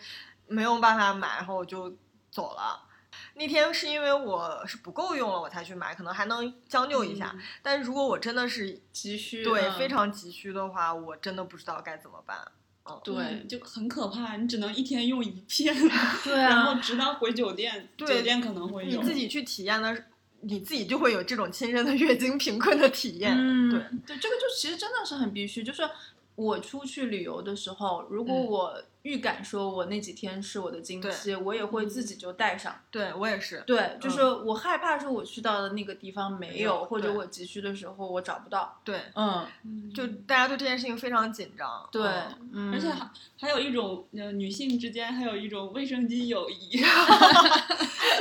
[SPEAKER 3] 没有办法买，然后我就走了。那天是因为我是不够用了，我才去买，可能还能将就一下。
[SPEAKER 1] 嗯
[SPEAKER 3] 但是如果我真的是
[SPEAKER 2] 急需，
[SPEAKER 3] 对、
[SPEAKER 2] 嗯
[SPEAKER 3] 非常急需的话，我真的不知道该怎么办。
[SPEAKER 2] 对
[SPEAKER 1] 嗯就很可怕，你只能一天用一片，
[SPEAKER 2] 对
[SPEAKER 1] 然后
[SPEAKER 2] 啊，
[SPEAKER 1] 直到回酒店，
[SPEAKER 3] 对
[SPEAKER 1] 酒店可能
[SPEAKER 2] 哎
[SPEAKER 1] 会
[SPEAKER 3] 你
[SPEAKER 1] 有。
[SPEAKER 3] 自己去体验的，你自己就会有这种亲身的月经贫困的体验。
[SPEAKER 2] 嗯，
[SPEAKER 3] 对
[SPEAKER 2] 对，这个就其实真的是很必须，就是我出去旅游的时候，如果
[SPEAKER 3] 嗯
[SPEAKER 2] 我预感说我那几天是我的经期，我也会
[SPEAKER 3] 嗯
[SPEAKER 2] 自己就带上。
[SPEAKER 3] 对我也是，
[SPEAKER 2] 对，就是我害怕说我去到的那个地方没
[SPEAKER 3] 嗯没有
[SPEAKER 2] 有，或者
[SPEAKER 3] 对
[SPEAKER 2] 我急需的时候我找不到。
[SPEAKER 3] 对，
[SPEAKER 2] 嗯，
[SPEAKER 3] 就大家对这件事情非常紧张。
[SPEAKER 2] 对
[SPEAKER 3] 嗯，
[SPEAKER 2] 嗯，
[SPEAKER 1] 而且还还有一种，呃，女性之间还有一种卫生巾友谊。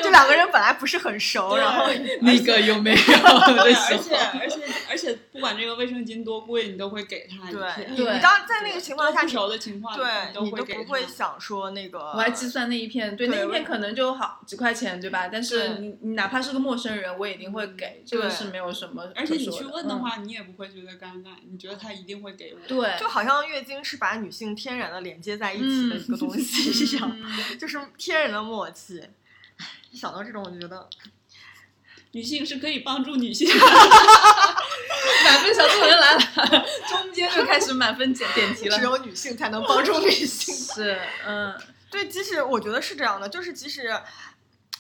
[SPEAKER 3] 这两个人本来不是很熟，然后
[SPEAKER 1] 对
[SPEAKER 4] 那个 有没有
[SPEAKER 1] 对，
[SPEAKER 4] 的时
[SPEAKER 1] 而且
[SPEAKER 4] 候，
[SPEAKER 1] 而且而且，不管这个卫生巾多贵，你都会给他一
[SPEAKER 3] 对，
[SPEAKER 1] 片。
[SPEAKER 3] 你
[SPEAKER 2] 对
[SPEAKER 3] 你当在那个情况下，
[SPEAKER 1] 不
[SPEAKER 3] 你
[SPEAKER 1] 熟的情况，
[SPEAKER 3] 对
[SPEAKER 1] 都
[SPEAKER 3] 你
[SPEAKER 1] 会
[SPEAKER 3] 都
[SPEAKER 1] 给
[SPEAKER 3] 不
[SPEAKER 1] 他
[SPEAKER 3] 会想说那个，
[SPEAKER 2] 我还计算那一片，对那
[SPEAKER 3] 对
[SPEAKER 2] 一片
[SPEAKER 3] 我
[SPEAKER 2] 可能就好几块钱，对吧？但是
[SPEAKER 3] 对
[SPEAKER 2] 你你哪怕是个陌生人，我一定会给，这个是没有什么可说的。
[SPEAKER 1] 而且你去问的
[SPEAKER 2] 嗯，
[SPEAKER 1] 话，你也不会觉得尴尬，你觉得他一定会给我。
[SPEAKER 2] 对，
[SPEAKER 3] 就好像月经是把女性天然的连接在一起的一个东西 一样，
[SPEAKER 2] 嗯
[SPEAKER 3] 就是天然的默契。唉一想到这种，我就觉得
[SPEAKER 1] 女性是可以帮助女性，
[SPEAKER 2] 满分小作文来了，中间就开始满分减点题了
[SPEAKER 3] 只。有女性才能帮助女 性。
[SPEAKER 2] 是，嗯，
[SPEAKER 3] 对，即使我觉得是这样的，就是即使，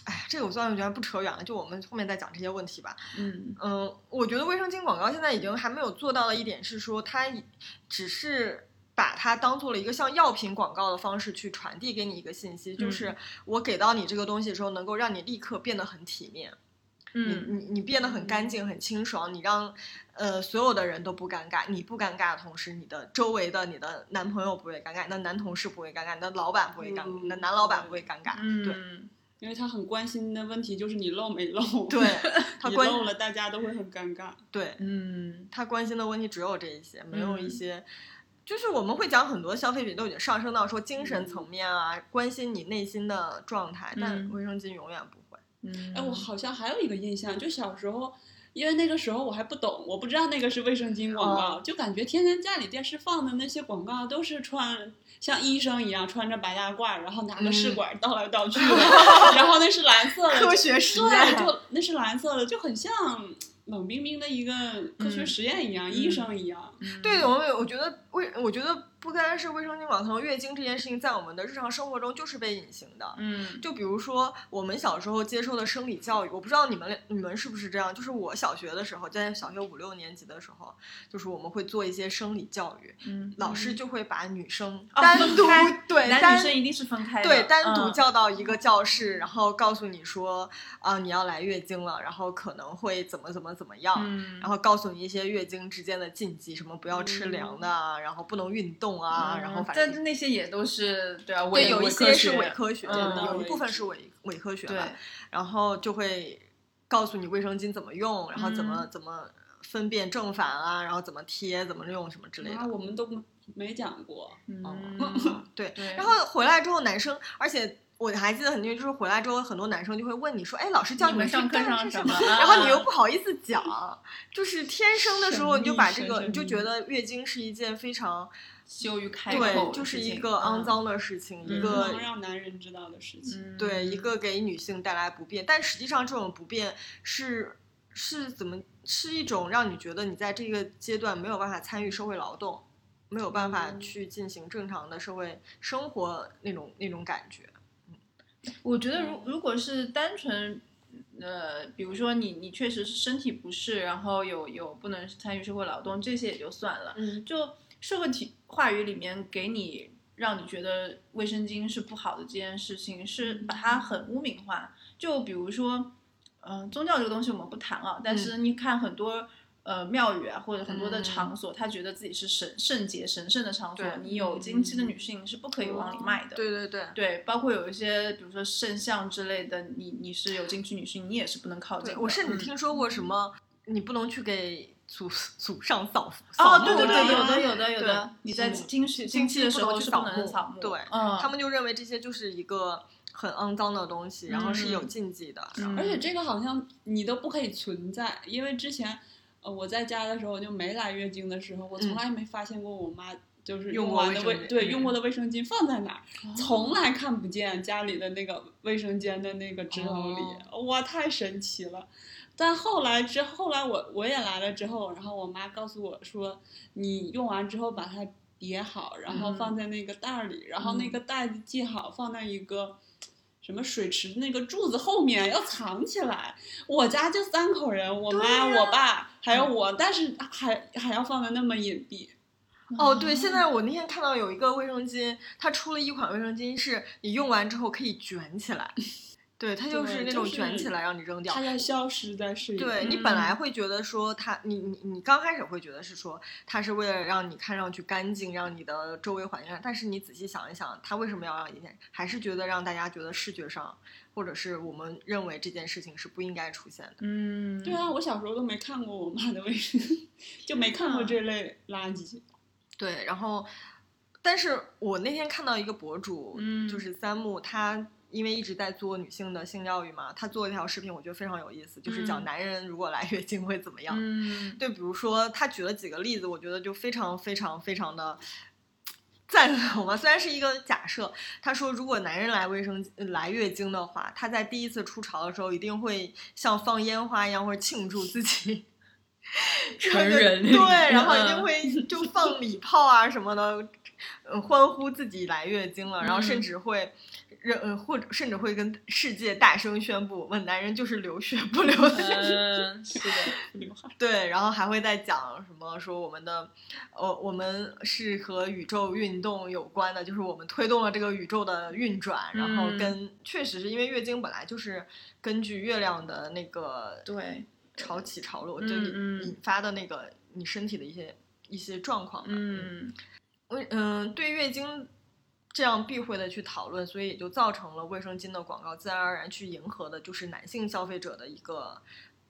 [SPEAKER 3] 哎，这个我算了，我觉得不扯远了，就我们后面再讲这些问题吧。
[SPEAKER 2] 嗯，
[SPEAKER 3] 嗯，我觉得卫生巾广告现在已经还没有做到的一点是说，它以只是把它当做了一个像药品广告的方式去传递给你一个信息，就
[SPEAKER 2] 嗯
[SPEAKER 3] 是我给到你这个东西的时候，能够让你立刻变得很体面，
[SPEAKER 2] 嗯，
[SPEAKER 3] 你你你变得很干净、很清爽，你让呃所有的人都不尴尬，你不尴尬的同时，你的周围的你的男朋友不会尴尬，你的男同事不会尴尬，你的老板不会尴
[SPEAKER 1] 嗯
[SPEAKER 3] 你的男老板不会尴尬，对
[SPEAKER 2] 嗯，
[SPEAKER 1] 因为他很关心的问题就是你漏没漏。
[SPEAKER 3] 对， 他
[SPEAKER 1] 你
[SPEAKER 3] 关
[SPEAKER 1] 漏了，大家都会很尴尬。
[SPEAKER 3] 对
[SPEAKER 2] 嗯，
[SPEAKER 3] 他关心的问题只有这一些，没有一
[SPEAKER 2] 嗯
[SPEAKER 3] 些，就是我们会讲很多消费品都已经上升到说精神层面啊，关心你内心的状态，但
[SPEAKER 2] 嗯
[SPEAKER 3] 卫生巾永远不会。
[SPEAKER 2] 嗯，
[SPEAKER 1] 哎，我好像还有一个印象，就小时候，因为那个时候我还不懂，我不知道那个是卫生巾广
[SPEAKER 2] 哦
[SPEAKER 1] 告，就感觉天天家里电视放的那些广告都是穿像医生一样穿着白大褂，然后拿个试
[SPEAKER 3] 嗯
[SPEAKER 1] 管倒来倒去 的，然后那是蓝色的，
[SPEAKER 3] 科学实
[SPEAKER 1] 对，
[SPEAKER 3] 验，
[SPEAKER 1] 就那是蓝色的，就很像冷冰冰的一个科
[SPEAKER 3] 嗯
[SPEAKER 1] 学实验一样，医生一样。
[SPEAKER 2] 嗯，
[SPEAKER 3] 对，我们我觉得卫，我觉得不单是卫生巾广告，月经这件事情在我们的日常生活中就是被隐形的。
[SPEAKER 2] 嗯，
[SPEAKER 3] 就比如说我们小时候接受的生理教育，我不知道你们你们是不是这样。就是我小学的时候，在小学五六年级的时候，就是我们会做一些生理教育，
[SPEAKER 2] 嗯，
[SPEAKER 3] 老师就会把女生
[SPEAKER 2] 哦
[SPEAKER 3] 单
[SPEAKER 2] 分
[SPEAKER 3] 独、
[SPEAKER 2] 开
[SPEAKER 3] 对
[SPEAKER 2] 男
[SPEAKER 3] 单
[SPEAKER 2] 女生一定是分开的，
[SPEAKER 3] 对单独
[SPEAKER 2] 嗯，
[SPEAKER 3] 叫到一个教室，然后告诉你说啊、你要来月经了，然后可能会怎么怎么怎么样。
[SPEAKER 2] 嗯，
[SPEAKER 3] 然后告诉你一些月经之间的禁忌，什么不要吃凉的啊，然后不能运动啊，然后
[SPEAKER 2] 嗯
[SPEAKER 3] 反
[SPEAKER 2] 但
[SPEAKER 3] 正
[SPEAKER 2] 是那些也都是对啊，
[SPEAKER 3] 对
[SPEAKER 2] 伪
[SPEAKER 3] 有一
[SPEAKER 2] 伪
[SPEAKER 3] 些
[SPEAKER 2] 科
[SPEAKER 3] 是
[SPEAKER 2] 学
[SPEAKER 3] 伪科学，
[SPEAKER 2] 嗯
[SPEAKER 3] 有一
[SPEAKER 1] 伪
[SPEAKER 3] 部分
[SPEAKER 1] 科
[SPEAKER 3] 是伪伪科学啊
[SPEAKER 2] 对，
[SPEAKER 3] 吧，然后就会告诉你卫生巾怎么用，然后怎么、
[SPEAKER 2] 嗯
[SPEAKER 3] 怎么分辨正反啊，然后怎么贴，怎么用什么之类
[SPEAKER 1] 啊，
[SPEAKER 2] 哦
[SPEAKER 3] 的。
[SPEAKER 1] 我们都没讲过。
[SPEAKER 2] 嗯，
[SPEAKER 3] 对，
[SPEAKER 2] 对
[SPEAKER 3] 然后回来之后，男生，而且我还记得很清楚，就是回来之后，很多男生就会问你说：“哎，老师叫
[SPEAKER 2] 你
[SPEAKER 3] 们
[SPEAKER 2] 们
[SPEAKER 3] 去
[SPEAKER 2] 上课
[SPEAKER 3] 干
[SPEAKER 2] 上
[SPEAKER 3] 是
[SPEAKER 2] 什
[SPEAKER 3] 么
[SPEAKER 2] 么？”？
[SPEAKER 3] 然后你又
[SPEAKER 2] 啊
[SPEAKER 3] 不好意思讲，就是天生的时候你就
[SPEAKER 1] 神秘
[SPEAKER 3] 把这
[SPEAKER 1] 神
[SPEAKER 3] 个，
[SPEAKER 1] 神
[SPEAKER 3] 你就
[SPEAKER 1] 秘
[SPEAKER 3] 觉得月经是一件非常
[SPEAKER 2] 羞于开口的事情，
[SPEAKER 3] 对，就是一个肮脏的事情，一
[SPEAKER 2] 嗯
[SPEAKER 1] 不
[SPEAKER 3] 个
[SPEAKER 1] 能让男人知道的事情。
[SPEAKER 2] 嗯，
[SPEAKER 3] 对，一个给女性带来不便，但实际上这种不便是是怎么是一种让你觉得你在这个阶段没有办法参与社会劳动，没有办法
[SPEAKER 1] 嗯
[SPEAKER 3] 去进行正常的社会生活那种那种感觉。
[SPEAKER 2] 我觉得如如果是单纯，呃，比如说你你确实是身体不适，然后有有不能参与社会劳动，这些也就算了。
[SPEAKER 3] 嗯，
[SPEAKER 2] 就社会体话语里面给你让你觉得卫生巾是不好的这件事情，是把它很污名化。就比如说，嗯、宗教这个东西我们不谈
[SPEAKER 3] 嗯
[SPEAKER 2] 啊，但是你看很多。呃，庙宇啊，或者很多的
[SPEAKER 3] 嗯
[SPEAKER 2] 场所，他觉得自己是神圣洁、神圣的场所
[SPEAKER 3] 对，嗯
[SPEAKER 2] 你有经期的女性是不可以往里卖的。
[SPEAKER 3] 对对对。
[SPEAKER 2] 对，包括有一些，比如说圣像之类的，你你是有禁区女性，你也是不能靠近
[SPEAKER 3] 对，
[SPEAKER 2] 的。
[SPEAKER 3] 我甚至
[SPEAKER 2] 嗯
[SPEAKER 3] 听说过什么，你不能去给祖祖上扫墓
[SPEAKER 2] 哦，
[SPEAKER 3] 扫
[SPEAKER 2] 对对
[SPEAKER 3] 墓
[SPEAKER 2] 对，
[SPEAKER 3] 这
[SPEAKER 2] 有
[SPEAKER 3] 样
[SPEAKER 2] 的有的有
[SPEAKER 3] 对
[SPEAKER 2] 的，你在
[SPEAKER 1] 是
[SPEAKER 2] 禁区禁区的时候是不能扫墓，
[SPEAKER 3] 对
[SPEAKER 2] 嗯，
[SPEAKER 3] 他们就认为这些就是一个很肮脏的东西，然后是有
[SPEAKER 2] 嗯
[SPEAKER 3] 禁忌的，
[SPEAKER 2] 嗯
[SPEAKER 1] 而且这个好像你都不可以存在，因为之前呃我在家的时候就没来月经的时候，我从来没发现过我妈就是
[SPEAKER 3] 嗯用过
[SPEAKER 1] 完的
[SPEAKER 3] 卫
[SPEAKER 1] 卫
[SPEAKER 3] 生巾
[SPEAKER 1] 对
[SPEAKER 3] 嗯哦
[SPEAKER 1] 用过的卫生巾放在哪儿，从来看不见家里的那个卫生间的那个纸筒里，
[SPEAKER 3] 哦
[SPEAKER 1] 哇，太神奇了！但后来之后来我我也来了之后，然后我妈告诉我说，你用完之后把它叠好，然后
[SPEAKER 2] 嗯
[SPEAKER 1] 放在那个袋儿里，
[SPEAKER 3] 嗯
[SPEAKER 1] 然后那个袋子系好，放在一个什么水池那个柱子后面，要藏起来。我家就三
[SPEAKER 3] 嗯
[SPEAKER 1] 口人，我妈、我爸还有我，但是还还要放的那么隐蔽。
[SPEAKER 2] 嗯
[SPEAKER 3] 哦，对，现在我那天看到有一个卫生巾，它出了一款卫生巾，是你用完之后可以卷起 来，对，它就是
[SPEAKER 1] 对
[SPEAKER 3] 那种
[SPEAKER 1] 就是
[SPEAKER 3] 卷起来让你扔掉
[SPEAKER 1] 它。要消失在视野。
[SPEAKER 3] 对你本来会觉得说它，你你你刚开始会觉得是说它是为了让你看上去干净，让你的周围环境，但是你仔细想一想，它为什么要让一件，还是觉得让大家觉得视觉上，或者是我们认为这件事情是不应该出现的。
[SPEAKER 2] 嗯，
[SPEAKER 1] 对啊，我小时候都没看过我妈的卫生，就没看过这类垃圾。
[SPEAKER 3] 对，然后，但是我那天看到一个博主，
[SPEAKER 2] 嗯
[SPEAKER 3] 就是三木，他因为一直在做女性的性教育嘛，他做了一条视频，我觉得非常有意思，就是
[SPEAKER 2] 嗯
[SPEAKER 3] 讲男人如果来月经会怎么样。
[SPEAKER 2] 嗯，
[SPEAKER 3] 对，比如说他举了几个例子，我觉得就非常非常非常的 赞同吧。虽然是一个假设，他说如果男人来卫生呃来月经的话，他在第一次出潮的时候一定会像放烟花一样，或者庆祝自己
[SPEAKER 2] 成人
[SPEAKER 3] 对， 然后一定
[SPEAKER 2] 嗯
[SPEAKER 3] 会就放礼炮啊什么的。嗯，欢呼自己来月经了，然后甚
[SPEAKER 2] 嗯
[SPEAKER 3] 至会，让嗯，或者甚至会跟世界大声宣布，我们男人就是流血 不流
[SPEAKER 2] 嗯
[SPEAKER 3] 泪。
[SPEAKER 2] 是的，
[SPEAKER 1] 流汗。
[SPEAKER 3] 对，然后还会再讲什么说我们的，呃，我们是和宇宙运动有关的，就是我们推动了这个宇宙的运转，然后
[SPEAKER 2] 嗯
[SPEAKER 3] 跟、确实是因为月经本来就是根据月亮的那个
[SPEAKER 2] 对，
[SPEAKER 3] 潮起潮落，
[SPEAKER 2] 嗯
[SPEAKER 3] 就
[SPEAKER 2] 嗯
[SPEAKER 3] 引发的那个你身体的一些一些状况吧。，
[SPEAKER 2] 嗯
[SPEAKER 3] 为嗯，对月经这样避讳的去讨论，所以也就造成了卫生巾的广告自然而然去迎合的就是男性消费者的一个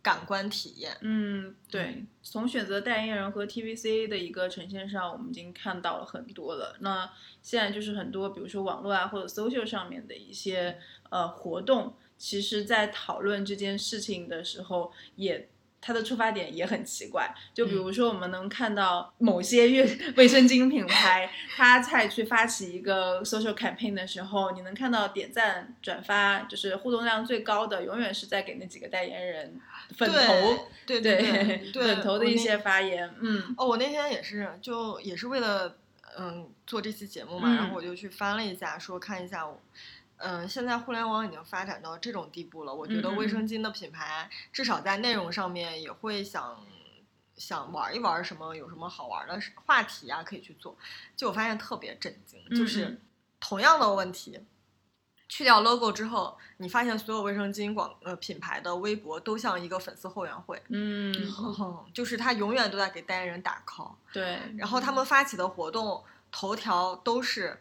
[SPEAKER 3] 感官体验。
[SPEAKER 2] 嗯，对，从选择代言人和 TVC 的一个呈现上，我们已经看到了很多了。那现在就是很多，比如说网络啊或者 social 上面的一些呃活动，其实在讨论这件事情的时候也。它的出发点也很奇怪，就比如说我们能看到某些月卫生巾品牌，它在去发起一个 social campaign 的时候，你能看到点赞、转发，就是互动量最高的，永远是在给那几个代言人粉头
[SPEAKER 3] 对对
[SPEAKER 2] 对
[SPEAKER 3] 对，
[SPEAKER 2] 粉头的
[SPEAKER 3] 我
[SPEAKER 2] 一
[SPEAKER 3] 那
[SPEAKER 2] 些发言，嗯
[SPEAKER 3] 哦，我那天也是，就也是为了嗯做这期节目嘛，然
[SPEAKER 2] 嗯
[SPEAKER 3] 后我就去翻了一下，说看一下我。嗯，现在互联网已经发展到这种地步了，我觉得
[SPEAKER 2] 嗯嗯
[SPEAKER 3] 卫
[SPEAKER 2] 嗯
[SPEAKER 3] 生巾的品牌至少在内容上面也会想想玩一玩什么，有什么好玩的事话题啊可以去做。就我发现特别震惊，就
[SPEAKER 2] 嗯
[SPEAKER 3] 是同样的问题，去掉 logo 之后，你发现所有卫生巾广呃品牌的微博都像一个粉丝后援会，
[SPEAKER 2] 嗯，
[SPEAKER 3] 就是他永远都在给代言人打 call，
[SPEAKER 2] 对，
[SPEAKER 3] 然后
[SPEAKER 2] 嗯
[SPEAKER 3] 他们发起的活动头条都是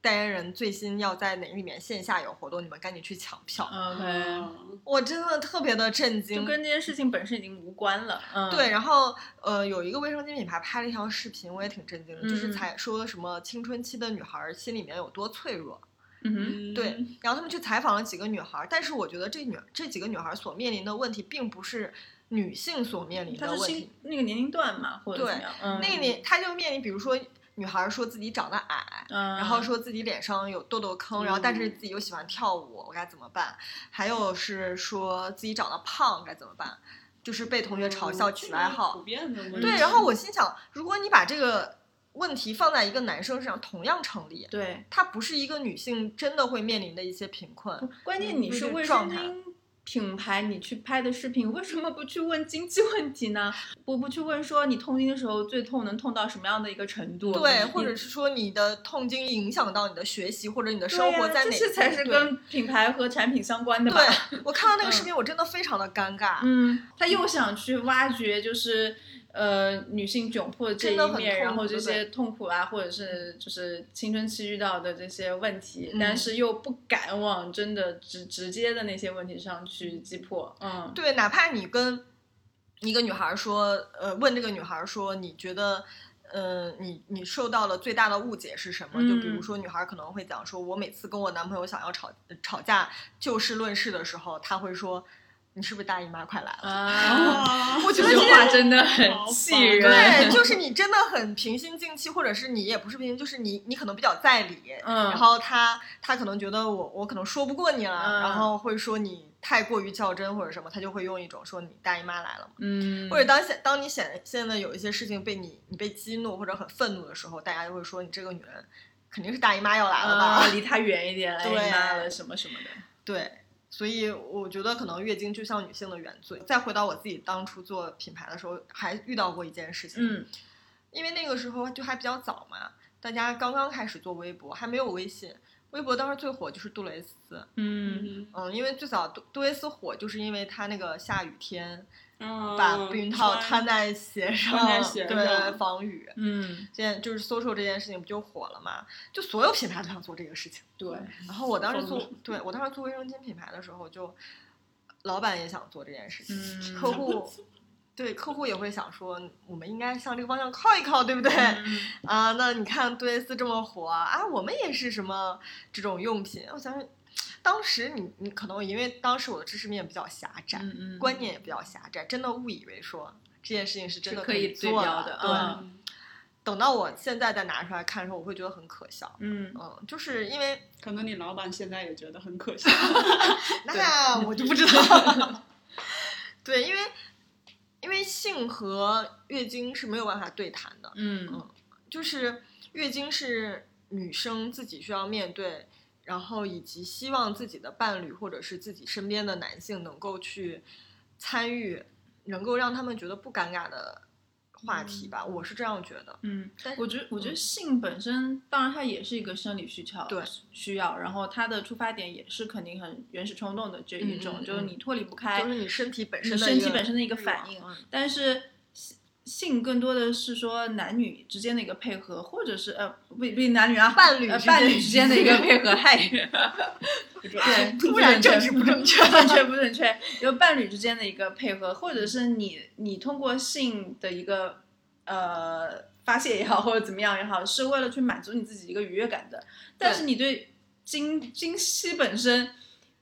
[SPEAKER 3] 代言人最新要在哪里面线下有活动，你们赶紧去抢票。
[SPEAKER 2] ，OK，
[SPEAKER 1] 嗯
[SPEAKER 3] 我真的特别的震
[SPEAKER 2] 就
[SPEAKER 3] 惊。
[SPEAKER 2] 跟这件事情本身已经无关了，嗯，
[SPEAKER 3] 对，，然后呃，有一个卫生巾品牌拍了一条视频，我也挺震惊的，就
[SPEAKER 2] 嗯
[SPEAKER 3] 是才说什么青春期的女孩儿心里面有多脆弱。
[SPEAKER 2] 嗯哼，
[SPEAKER 3] 对，然后他们去采访了几个女孩儿，但是我觉得这女这几个女孩儿所面临的问题，并不是女性所面临的
[SPEAKER 2] 他是
[SPEAKER 3] 问题
[SPEAKER 2] 新，那个年龄段嘛，或者
[SPEAKER 3] 对
[SPEAKER 2] 怎么样，嗯，
[SPEAKER 3] 那个年，他就面临，比如说女孩说自己长得矮，
[SPEAKER 2] 嗯，
[SPEAKER 3] 然后说自己脸上有痘痘坑，然后但是
[SPEAKER 1] 嗯
[SPEAKER 3] 自己又喜欢跳舞，我该怎么办？还有是说自己长得胖该怎么办？就是被同学嘲笑
[SPEAKER 2] 哦
[SPEAKER 1] 这
[SPEAKER 3] 起
[SPEAKER 1] 个
[SPEAKER 3] 外
[SPEAKER 1] 普
[SPEAKER 3] 号。
[SPEAKER 1] 遍的问题。
[SPEAKER 3] 对，然后我心想，如果你把这个问题放在一个男生身上，同样成立。
[SPEAKER 2] 对，
[SPEAKER 3] 它不是一个女性真的会面临的一些贫困，
[SPEAKER 2] 关键你
[SPEAKER 3] 就是是
[SPEAKER 2] 卫生
[SPEAKER 3] 嗯状态
[SPEAKER 2] 巾品牌，你去拍的视频，为什么不去问经济问题呢？不不去问说你痛经的时候最痛能痛到什么样的一个程度？
[SPEAKER 3] 对，
[SPEAKER 2] 你
[SPEAKER 3] 或者是说你的痛经影响到你的学习或者你的
[SPEAKER 2] 嗯对
[SPEAKER 3] 生活
[SPEAKER 2] 呀
[SPEAKER 3] 在哪
[SPEAKER 2] 这
[SPEAKER 3] 一
[SPEAKER 2] 些
[SPEAKER 3] 步？
[SPEAKER 2] 才是
[SPEAKER 3] 对
[SPEAKER 2] 跟品牌和产品相关的吧？
[SPEAKER 3] 对我看到那个视
[SPEAKER 2] 嗯
[SPEAKER 3] 频，我真的非常的尴尬。
[SPEAKER 2] 嗯，他又想去挖掘，就是呃女性窘迫这
[SPEAKER 3] 真的
[SPEAKER 2] 一
[SPEAKER 3] 很
[SPEAKER 2] 面，
[SPEAKER 3] 痛
[SPEAKER 2] 然后
[SPEAKER 3] 苦
[SPEAKER 2] 这
[SPEAKER 3] 对
[SPEAKER 2] 些痛苦啊，或者是就是青春期遇到的这些问题，
[SPEAKER 3] 嗯
[SPEAKER 2] 但是又不敢往真的直直接的那些问题上去击破。嗯，
[SPEAKER 3] 对，哪怕你跟一个女孩儿说，呃，问这个女孩儿说，你觉得，呃，你你受到了最大的误解是什么？就比如
[SPEAKER 2] 嗯
[SPEAKER 3] 说，女孩儿可能会讲说，我每次跟我男朋友想要吵呃吵架，就事论事的时候，他会说，你是不是大姨妈快来了？
[SPEAKER 2] 啊，
[SPEAKER 1] 啊
[SPEAKER 3] 我觉
[SPEAKER 2] 这
[SPEAKER 3] 得
[SPEAKER 2] 句
[SPEAKER 3] 这
[SPEAKER 2] 话
[SPEAKER 3] 个
[SPEAKER 2] 真的
[SPEAKER 1] 好
[SPEAKER 2] 很
[SPEAKER 1] 烦
[SPEAKER 2] 气人。
[SPEAKER 3] 对， 就是你真的很平心静气，或者是你也不是平心，就是你你可能比较在理，
[SPEAKER 2] 嗯，
[SPEAKER 3] 然后他他可能觉得我我可能说不过你了，
[SPEAKER 2] 嗯
[SPEAKER 3] 然后会说你太过于较真或者什么，他就会用一种说你大姨妈来了嘛。
[SPEAKER 2] 嗯，
[SPEAKER 3] 或者当现当你显现在有一些事情被你你被激怒或者很愤怒的时候，大家就会说你这个女人肯定是大姨妈要来了
[SPEAKER 1] 嗯
[SPEAKER 3] 吧？
[SPEAKER 2] 啊，离他远一点，来
[SPEAKER 3] 对
[SPEAKER 2] 妈了什么什么的。
[SPEAKER 3] 对，所以我觉得可能月经就像女性的原罪。再回到我自己当初做品牌的时候，还遇到过一件事情，
[SPEAKER 2] 嗯
[SPEAKER 3] 因为那个时候就还比较早嘛，大家刚刚开始做微博，还没有微信。微博当时最火就是杜蕾斯，
[SPEAKER 2] 嗯，
[SPEAKER 1] 嗯，
[SPEAKER 3] 嗯，因为最早杜杜蕾斯火就是因为她那个下雨天把
[SPEAKER 1] 把
[SPEAKER 3] 避孕套穿在鞋
[SPEAKER 1] 嗯
[SPEAKER 3] 上，
[SPEAKER 1] 穿在鞋上
[SPEAKER 3] 对，防雨。
[SPEAKER 2] 嗯，
[SPEAKER 3] 这件就是 social 这件事情不就火了嘛？就所有品牌都想做这个事情。
[SPEAKER 2] 对，
[SPEAKER 3] 然后我当时做
[SPEAKER 1] 疯了，
[SPEAKER 3] 对我当时做卫生巾品牌的时候就，老板也想做这件事情，
[SPEAKER 2] 嗯
[SPEAKER 3] 客户对客户也会想说，我们应该向这个方向靠一靠，对不对？
[SPEAKER 2] 嗯
[SPEAKER 3] 啊，那你看杜蕾斯这么火啊，我们也是什么这种用品？我想想，当时你你可能因为当时我的知识面比较狭窄，
[SPEAKER 2] 嗯嗯，
[SPEAKER 3] 观念也比较狭窄，真的误以为说这件事情是真
[SPEAKER 2] 是
[SPEAKER 3] 的
[SPEAKER 2] 可以
[SPEAKER 3] 以
[SPEAKER 2] 对
[SPEAKER 3] 做
[SPEAKER 2] 标
[SPEAKER 3] 的
[SPEAKER 2] 的
[SPEAKER 3] 对。
[SPEAKER 2] 嗯
[SPEAKER 1] 嗯
[SPEAKER 3] 等到我现在再拿出来看的时候，我会觉得很可笑。
[SPEAKER 2] 嗯，
[SPEAKER 3] 嗯，就是因为
[SPEAKER 1] 可能你老板现在也觉得很可惜。
[SPEAKER 3] 那我就不知道。 对，因为因为性和月经是没有办法对谈的，
[SPEAKER 2] 嗯
[SPEAKER 3] 就是月经是女生自己需要面对，然后以及希望自己的伴侣或者是自己身边的男性能够去参与，能够让他们觉得不尴尬的话题吧，我是这样觉得。
[SPEAKER 2] 嗯
[SPEAKER 3] 但，是
[SPEAKER 2] 我觉得我觉得性本身，当然它也是一个生理需求，
[SPEAKER 3] 对
[SPEAKER 2] 需要，然后它的出发点也是肯定很原始冲动的这一种，
[SPEAKER 3] 嗯嗯
[SPEAKER 2] 就是你脱离不开，
[SPEAKER 3] 就是你身体本
[SPEAKER 2] 你
[SPEAKER 3] 身的
[SPEAKER 2] 身
[SPEAKER 3] 一
[SPEAKER 2] 体
[SPEAKER 3] 个
[SPEAKER 2] 本身的一个
[SPEAKER 3] 欲
[SPEAKER 2] 反
[SPEAKER 3] 望
[SPEAKER 2] 应，
[SPEAKER 3] 嗯
[SPEAKER 2] 但是性性更多的是说男女之间的一个配合，或者是呃不不一定男女啊
[SPEAKER 3] 伴侣
[SPEAKER 2] 呃
[SPEAKER 3] 之
[SPEAKER 2] 伴
[SPEAKER 3] 间
[SPEAKER 2] 侣之间的 一个配合，嗨， 对，
[SPEAKER 3] 突然政治不正确
[SPEAKER 2] 不 正确不正确，有伴侣之间的一个配合，或者是你你通过性的一个呃发泄也好，或者怎么样也好，是为了去满足你自己一个愉悦感的，但是你对经经期本身，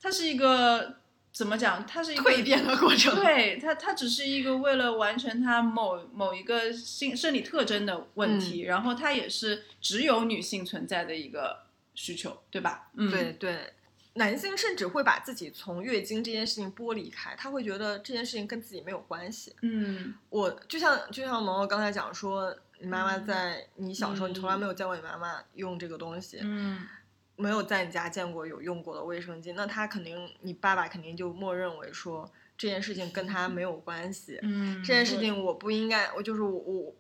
[SPEAKER 2] 它是一个。怎么讲？它是一个
[SPEAKER 3] 蜕变的过程。
[SPEAKER 2] 对它，它只是一个为了完成它某某一个性生理特征的问
[SPEAKER 3] 嗯
[SPEAKER 2] 题，然后它也是只有女性存在的一个需求，对吧？嗯，
[SPEAKER 3] 对对，男性甚至会把自己从月经这件事情剥离开，他会觉得这件事情跟自己没有关系。
[SPEAKER 2] 嗯
[SPEAKER 3] 我就像就像萌萌刚才讲说，你妈
[SPEAKER 2] 嗯
[SPEAKER 3] 妈在你小时候，你从来没有见过你妈妈用这个东西，
[SPEAKER 2] 嗯
[SPEAKER 3] 没有在你家见过有用过的卫生巾，那他肯定你爸爸肯定就默认为说这件事情跟他没有关系，
[SPEAKER 2] 嗯，
[SPEAKER 3] 这件事情我不应该，我就是我我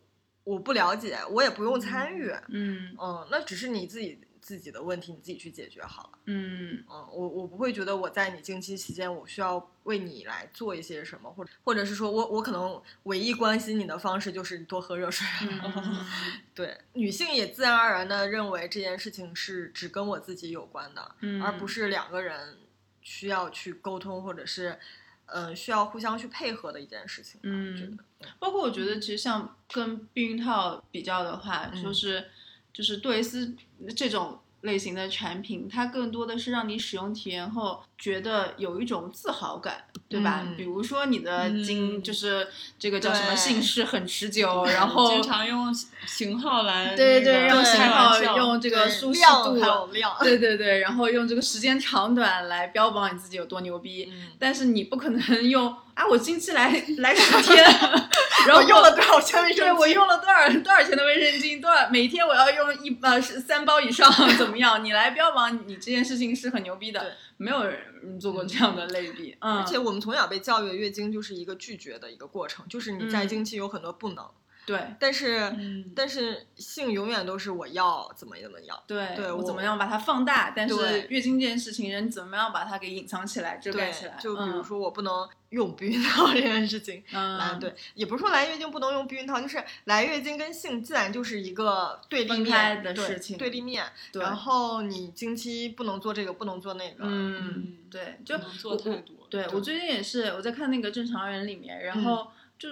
[SPEAKER 3] 我不了解，我也不用参与，
[SPEAKER 2] 嗯
[SPEAKER 3] 嗯，那只是你自己自己的问题，你自己去解决好了。
[SPEAKER 2] 嗯
[SPEAKER 3] 嗯，我我不会觉得我在你经期期间，我需要为你来做一些什么，或者或者是说我我可能唯一关心你的方式就是你多喝热水。啊
[SPEAKER 2] 嗯
[SPEAKER 3] 对，女性也自然而然的认为这件事情是只跟我自己有关的，
[SPEAKER 2] 嗯，
[SPEAKER 3] 而不是两个人需要去沟通，或者是嗯、呃需要互相去配合的一件事情吧。我觉
[SPEAKER 2] 嗯
[SPEAKER 3] 得
[SPEAKER 2] 包括我觉得，其实像跟避孕套比较的话，
[SPEAKER 3] 嗯
[SPEAKER 2] 就是就是杜蕾斯这种类型的产品，它更多的是让你使用体验后觉得有一种自豪感，对吧？
[SPEAKER 3] 嗯
[SPEAKER 2] 比如说你的经、
[SPEAKER 1] 嗯
[SPEAKER 2] 就是这个叫什么
[SPEAKER 3] 对
[SPEAKER 2] 姓氏很持久， 然后
[SPEAKER 1] 经。常用型号来
[SPEAKER 2] 对对对，
[SPEAKER 1] 那
[SPEAKER 2] 用
[SPEAKER 1] 个
[SPEAKER 2] 型
[SPEAKER 1] 开玩
[SPEAKER 2] 号
[SPEAKER 1] 笑
[SPEAKER 2] 用这个
[SPEAKER 3] 对
[SPEAKER 2] 舒适
[SPEAKER 3] 量
[SPEAKER 2] 度啊
[SPEAKER 3] 还，有 量，
[SPEAKER 2] 对对对，然后用这个时间长短来标榜你自己有多牛逼。
[SPEAKER 3] 嗯，
[SPEAKER 2] 但是你不可能用啊，我经期来 来十 天，然后
[SPEAKER 3] 我用了多少千卫生
[SPEAKER 2] 对我
[SPEAKER 3] 巾
[SPEAKER 2] 用了多少多少钱的卫生巾，多少每天我要用一呃是三包以上， 怎么样？你来标榜你这件事情是很牛逼
[SPEAKER 3] 对
[SPEAKER 2] 的，没有人做过这样的类比，嗯，
[SPEAKER 3] 而且我们从小被教育，月经就是一个拒绝的一个过程，就是你在
[SPEAKER 2] 嗯
[SPEAKER 3] 经期有很多不能，
[SPEAKER 2] 对
[SPEAKER 3] 但是
[SPEAKER 1] 嗯，
[SPEAKER 3] 但是性永远都是我要怎么怎么样，
[SPEAKER 2] 对
[SPEAKER 3] 对
[SPEAKER 2] 我
[SPEAKER 3] 我
[SPEAKER 2] 怎么样把它放大？但
[SPEAKER 3] 对
[SPEAKER 2] 是月经这件事情，人怎么样把它给隐藏起来、遮盖
[SPEAKER 3] 对
[SPEAKER 2] 起来？，
[SPEAKER 3] 就比如
[SPEAKER 2] 嗯
[SPEAKER 3] 说我不能用避孕套这件事情。来，
[SPEAKER 2] 嗯，
[SPEAKER 3] 对，也不是说来月经不能用避孕套，就是来月经跟性自然就是一个对立
[SPEAKER 2] 分开
[SPEAKER 3] 面
[SPEAKER 2] 的
[SPEAKER 3] 对
[SPEAKER 2] 事情
[SPEAKER 3] 对立面。
[SPEAKER 2] 对
[SPEAKER 3] 然后你经期不能做这个，不能做那个。
[SPEAKER 2] 嗯，
[SPEAKER 1] 嗯，
[SPEAKER 2] 对，
[SPEAKER 1] 不
[SPEAKER 2] 就
[SPEAKER 1] 能做太多，
[SPEAKER 2] 对我最近也是，我在看那个《正常人》里面，然后就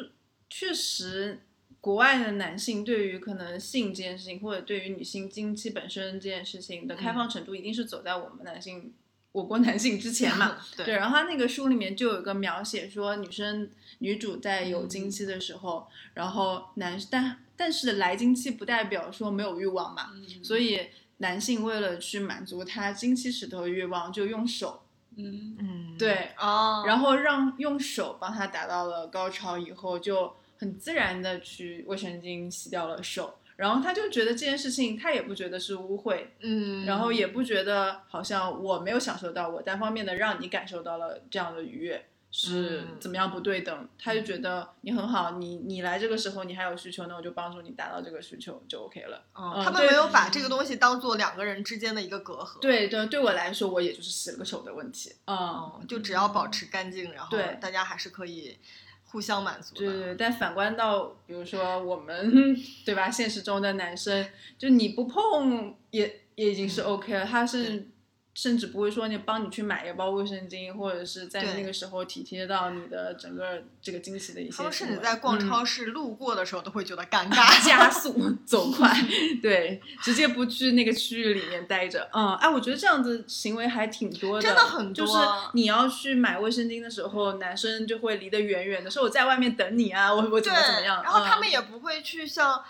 [SPEAKER 2] 确实国外的男性对于可能性这件事情，或者对于女性经期本身这件事情的开放程度，一定是走在我们男性、我国男性之前嘛。
[SPEAKER 3] 对
[SPEAKER 2] 对，然后他那个书里面就有一个描写说，女生女主在有经期的时候，然后男但但是来经期不代表说没有欲望嘛，
[SPEAKER 1] 嗯
[SPEAKER 2] 所以男性为了去满足他经期时头的欲望，就用手
[SPEAKER 1] 嗯，
[SPEAKER 3] 嗯，
[SPEAKER 2] 对
[SPEAKER 3] 哦，
[SPEAKER 2] 然后让用手帮他达到了高潮以后，就很自然的去卫生巾洗掉了手，然后他就觉得这件事情他也不觉得是污秽，
[SPEAKER 3] 嗯，
[SPEAKER 2] 然后也不觉得好像我没有享受到，我单方面的让你感受到了这样的愉悦，是
[SPEAKER 3] 嗯
[SPEAKER 2] 怎么样不对等，他就觉得你很好，你你来这个时候你还有需求，那我就帮助你达到这个需求就 OK 了。
[SPEAKER 3] 嗯
[SPEAKER 2] 嗯
[SPEAKER 3] 他们
[SPEAKER 2] 对
[SPEAKER 3] 没有把这个东西当做两个人之间的一个隔阂，，
[SPEAKER 2] 对对，对我来说我也就是洗了个手的问题，嗯，
[SPEAKER 3] 就只要保持干净，然后
[SPEAKER 2] 对
[SPEAKER 3] 大家还是可以互相满足的。
[SPEAKER 2] 对对对，但反观到比如说我们 对吧，现实中的男生，就你不碰也也已经是 OK 了，他
[SPEAKER 3] 嗯对
[SPEAKER 2] 是甚至不会说你帮你去买一包卫生巾，或者是在
[SPEAKER 3] 对
[SPEAKER 2] 那个时候体贴到你的整个这个惊喜的一些
[SPEAKER 3] 他
[SPEAKER 2] 行为，
[SPEAKER 3] 们甚至在逛
[SPEAKER 2] 嗯
[SPEAKER 3] 超市路过的时候都会觉得尴尬。
[SPEAKER 2] 加速走快， 对，直接不去那个区域里面待着。嗯，哎，我觉得这样子行为还挺多的，
[SPEAKER 3] 真的很多
[SPEAKER 2] 就是你要去买卫生巾的时候，男生就会离得远远的，说我在外面等你啊，我我怎
[SPEAKER 3] 对
[SPEAKER 2] 么怎么，样。
[SPEAKER 3] 然后他们
[SPEAKER 2] 嗯
[SPEAKER 3] 也不会去像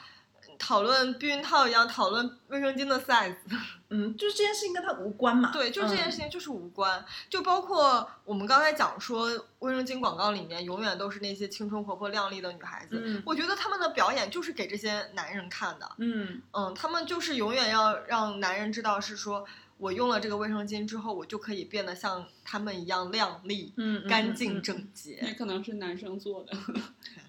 [SPEAKER 3] 讨论避孕套一样讨论卫生巾的 size。
[SPEAKER 2] 嗯，就是这件事情跟他无关嘛。
[SPEAKER 3] 对，就这件
[SPEAKER 2] 嗯
[SPEAKER 3] 事情就是无关，就包括我们刚才讲说，卫生巾广告里面永远都是那些青春活泼靓丽的女孩子，
[SPEAKER 2] 嗯
[SPEAKER 3] 我觉得他们的表演就是给这些男人看的，
[SPEAKER 2] 嗯
[SPEAKER 3] 嗯，他们就是永远要让男人知道是说我用了这个卫生巾之后，我就可以变得像他们一样靓丽、
[SPEAKER 2] 嗯，嗯
[SPEAKER 3] 干
[SPEAKER 2] 嗯
[SPEAKER 3] 净、
[SPEAKER 2] 嗯
[SPEAKER 3] 整洁，
[SPEAKER 1] 也可能是男生做 的，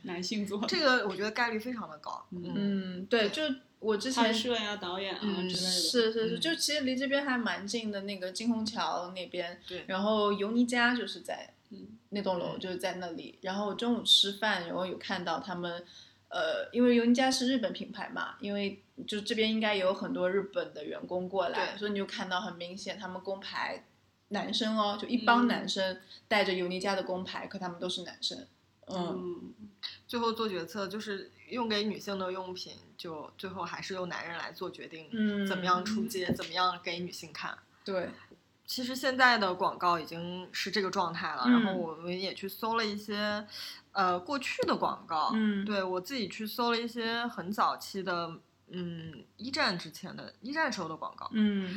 [SPEAKER 1] 男性做的，
[SPEAKER 3] 这个我觉得概率非常的高，嗯，
[SPEAKER 2] 嗯，对，就我之前
[SPEAKER 1] 拍摄呀、导演啊之
[SPEAKER 2] 嗯，
[SPEAKER 1] 类的。
[SPEAKER 2] 是是
[SPEAKER 3] 嗯
[SPEAKER 2] 是，就其实离这边还蛮近的，那个金虹桥那边，
[SPEAKER 3] 对
[SPEAKER 2] 然后尤尼家就是在
[SPEAKER 1] 嗯
[SPEAKER 2] 那栋楼就是在那里，然后我中午吃饭，然后有看到他们。呃，因为尤尼家是日本品牌嘛，因为就这边应该也有很多日本的员工过来，
[SPEAKER 3] 对
[SPEAKER 2] 所以你就看到很明显他们工牌，男生哦，就一
[SPEAKER 1] 嗯
[SPEAKER 2] 帮男生带着尤尼家的工牌，可他们都是男生，嗯，
[SPEAKER 1] 嗯，
[SPEAKER 3] 最后做决策就是用给女性的用品，就最后还是由男人来做决定，
[SPEAKER 2] 嗯
[SPEAKER 3] 怎么样出街，怎么样给女性看。
[SPEAKER 2] 对，
[SPEAKER 3] 其实现在的广告已经是这个状态了，
[SPEAKER 2] 嗯
[SPEAKER 3] 然后我们也去搜了一些，呃，过去的广告，
[SPEAKER 2] 嗯，
[SPEAKER 3] 对我自己去搜了一些很早期的，嗯，一战之前的一战时候的广告，
[SPEAKER 2] 嗯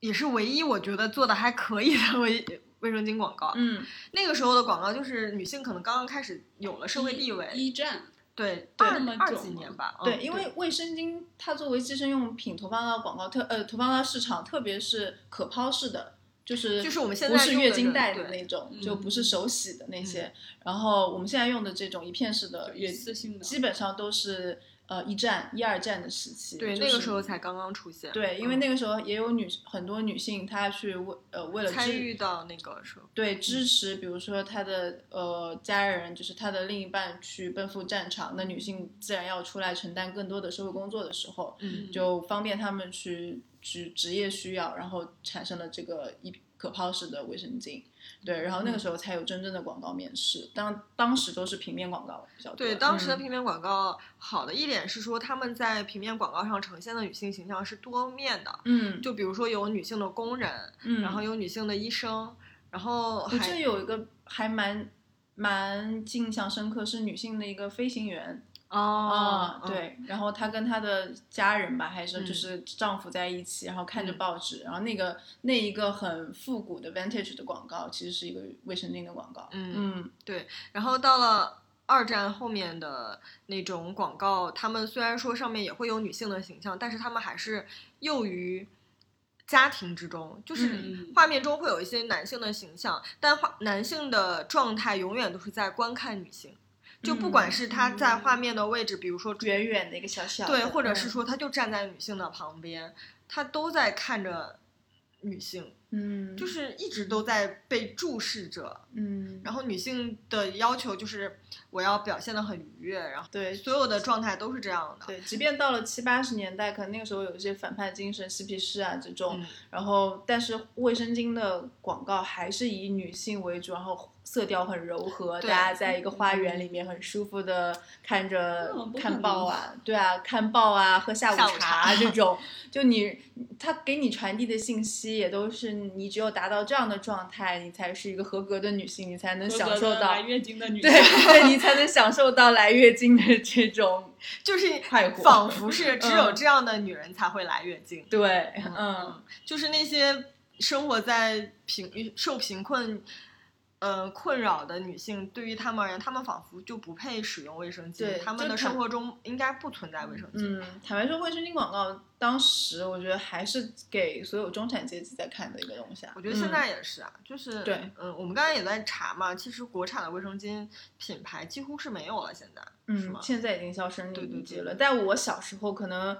[SPEAKER 3] 也是唯一我觉得做的还可以的卫卫生巾广告。
[SPEAKER 2] 嗯
[SPEAKER 3] 那个时候的广告就是女性可能刚刚开始有了社会地位，
[SPEAKER 1] 一战，
[SPEAKER 3] 对，
[SPEAKER 1] 对
[SPEAKER 3] 二
[SPEAKER 1] 那么
[SPEAKER 3] 二
[SPEAKER 1] 久
[SPEAKER 3] 几
[SPEAKER 1] 吗
[SPEAKER 3] 年吧，嗯
[SPEAKER 2] 对，因为卫生巾它作为计生用品投放到广告特呃投放到市场，特别是可抛式的，就是
[SPEAKER 3] 就是我们现
[SPEAKER 2] 不
[SPEAKER 3] 在
[SPEAKER 2] 是
[SPEAKER 3] 用
[SPEAKER 2] 月
[SPEAKER 3] 的
[SPEAKER 2] 经
[SPEAKER 3] 人
[SPEAKER 2] 带的
[SPEAKER 3] 对嗯
[SPEAKER 2] 那种
[SPEAKER 1] 嗯，
[SPEAKER 2] 就不是手洗的那些。然后我们现在用的这种一片式的
[SPEAKER 1] 就
[SPEAKER 2] 月
[SPEAKER 1] 一次性的
[SPEAKER 2] 基本上都是呃一战一二战的时期，
[SPEAKER 3] 对
[SPEAKER 2] 就是
[SPEAKER 3] 那个时候才刚刚出现，
[SPEAKER 2] 对，因为
[SPEAKER 3] 嗯
[SPEAKER 2] 那个时候也有女很多女性她去为呃为了
[SPEAKER 3] 参
[SPEAKER 2] 治
[SPEAKER 3] 与到那个时候，
[SPEAKER 2] 对
[SPEAKER 3] 嗯
[SPEAKER 2] 支持，比如说她的呃家人，就是她的另一半去奔赴战场，那女性自然要出来承担更多的社会工作的时候，
[SPEAKER 3] 嗯
[SPEAKER 2] 就方便他们去去职业需要，然后产生了这个一可抛式的卫生巾，对，然后
[SPEAKER 3] 嗯
[SPEAKER 2] 那个时候才有真正的广告面世，当当时都是平面广告比较多。
[SPEAKER 3] 对，当时的
[SPEAKER 2] 嗯
[SPEAKER 3] 平面广告好的一点是说，他们在平面广告上呈现的女性形象是多面的，
[SPEAKER 2] 嗯
[SPEAKER 3] 就比如说有女性的工人，
[SPEAKER 2] 嗯，
[SPEAKER 3] 然后有女性的医生，然后
[SPEAKER 2] 我记得
[SPEAKER 3] 还
[SPEAKER 2] 有一个还蛮蛮印象深刻，是女性的一个飞行员啊、
[SPEAKER 3] 嗯
[SPEAKER 2] 对，然后她跟她的家人吧，还是
[SPEAKER 3] 嗯
[SPEAKER 2] 就是丈夫在一起，然后看着
[SPEAKER 3] 嗯
[SPEAKER 2] 报纸，然后那个那一个很复古的 vintage 的广告，其实是一个卫生巾的广告，
[SPEAKER 3] 嗯，
[SPEAKER 2] 嗯
[SPEAKER 3] 然后到了。二战后面的那种广告，他们虽然说上面也会有女性的形象，但是他们还是囿于家庭之中，就是
[SPEAKER 1] 嗯，
[SPEAKER 3] 画面中会有一些男性的形象，但画男性的状态永远都是在观看女性，就不管
[SPEAKER 2] 嗯
[SPEAKER 3] 是他在画面的位置，比如说
[SPEAKER 2] 远远的一个小小的，
[SPEAKER 3] 对，或者
[SPEAKER 2] 嗯
[SPEAKER 3] 是，说他就站在女性的旁边，他都在看着女性，
[SPEAKER 2] 嗯，，
[SPEAKER 3] 就是是一直都在被注视着。
[SPEAKER 2] 嗯，
[SPEAKER 3] 然后女性的要求就是我要表现得很愉悦，然后
[SPEAKER 2] 对。
[SPEAKER 3] 所有的状态都是这样的。
[SPEAKER 2] 对，即便到了七八十年代，可能那个时候有一些反叛精神、嬉皮士啊这种，
[SPEAKER 3] 嗯，
[SPEAKER 2] 然后但是卫生巾的广告还是以女性为主，然后色调很柔和，大
[SPEAKER 3] 对
[SPEAKER 2] 家在一
[SPEAKER 1] 嗯
[SPEAKER 2] 个花园里面很舒服的看着
[SPEAKER 1] 那嗯我不可
[SPEAKER 2] 看
[SPEAKER 1] 能
[SPEAKER 2] 报啊，对啊，看报啊，喝下午
[SPEAKER 3] 下午
[SPEAKER 2] 茶
[SPEAKER 3] 茶
[SPEAKER 2] 啊这种，就你他给你传递的信息也都是你只有达到这样的状态，你才是一个合格的女性，你才能
[SPEAKER 1] 合
[SPEAKER 2] 享
[SPEAKER 1] 格
[SPEAKER 2] 受
[SPEAKER 1] 的
[SPEAKER 2] 到
[SPEAKER 1] 来月经的女
[SPEAKER 2] 对
[SPEAKER 1] 性，
[SPEAKER 2] 对， 你才能享受到来月经的这种
[SPEAKER 3] 就是
[SPEAKER 2] 快活
[SPEAKER 3] 仿佛是只有
[SPEAKER 2] 嗯
[SPEAKER 3] 这样的女人才会来月经。
[SPEAKER 2] 对，
[SPEAKER 3] 嗯
[SPEAKER 2] 嗯
[SPEAKER 3] 呃就是那些生活在贫受贫困呃困扰的女性，对于她们而言，她们仿佛就不配使用卫生
[SPEAKER 2] 对
[SPEAKER 3] 巾，她们
[SPEAKER 2] 就
[SPEAKER 3] 的
[SPEAKER 2] 她
[SPEAKER 3] 生活中应该不存在卫生巾。
[SPEAKER 2] 嗯，坦白说，卫生巾广告当时我觉得还是给所有中产阶级在看的一个东西啊。
[SPEAKER 3] 我觉得现
[SPEAKER 2] 嗯
[SPEAKER 3] 在也是啊，就是
[SPEAKER 2] 对，
[SPEAKER 3] 嗯，我们刚才也在查嘛，其实国产的卫生巾品牌几乎是没有了，现在是
[SPEAKER 2] 嗯
[SPEAKER 3] 吗，？
[SPEAKER 2] 现在已经销声
[SPEAKER 3] 对对
[SPEAKER 2] 匿
[SPEAKER 3] 对
[SPEAKER 2] 迹了。但我小时候可能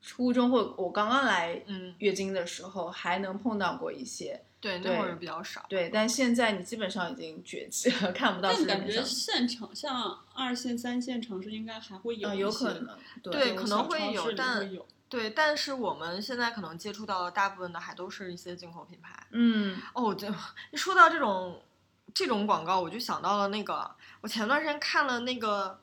[SPEAKER 2] 初中或我刚刚来
[SPEAKER 3] 嗯，
[SPEAKER 2] 月经的时候，还能碰到过一些。
[SPEAKER 3] 对，
[SPEAKER 2] 对
[SPEAKER 3] 那会儿比较少。
[SPEAKER 2] 对，但现在你基本上已经绝迹了，看不到
[SPEAKER 1] 但
[SPEAKER 2] 市
[SPEAKER 1] 感
[SPEAKER 2] 面
[SPEAKER 1] 觉
[SPEAKER 2] 上。
[SPEAKER 1] 县城像二线、三线城市应该还会有
[SPEAKER 2] 啊，
[SPEAKER 1] 一
[SPEAKER 2] 有
[SPEAKER 1] 些
[SPEAKER 2] 可能，
[SPEAKER 1] 这
[SPEAKER 3] 对
[SPEAKER 1] 种
[SPEAKER 3] 可能
[SPEAKER 1] 小
[SPEAKER 3] 会
[SPEAKER 1] 超
[SPEAKER 3] 有
[SPEAKER 1] 市里
[SPEAKER 3] 但
[SPEAKER 1] 会有
[SPEAKER 3] 对，但是我们现在可能接触到的大部分的还都是一些进口品牌。
[SPEAKER 2] 嗯，
[SPEAKER 3] 哦，我就 一说到这种这种广告，我就想到了那个，我前段时间看了那个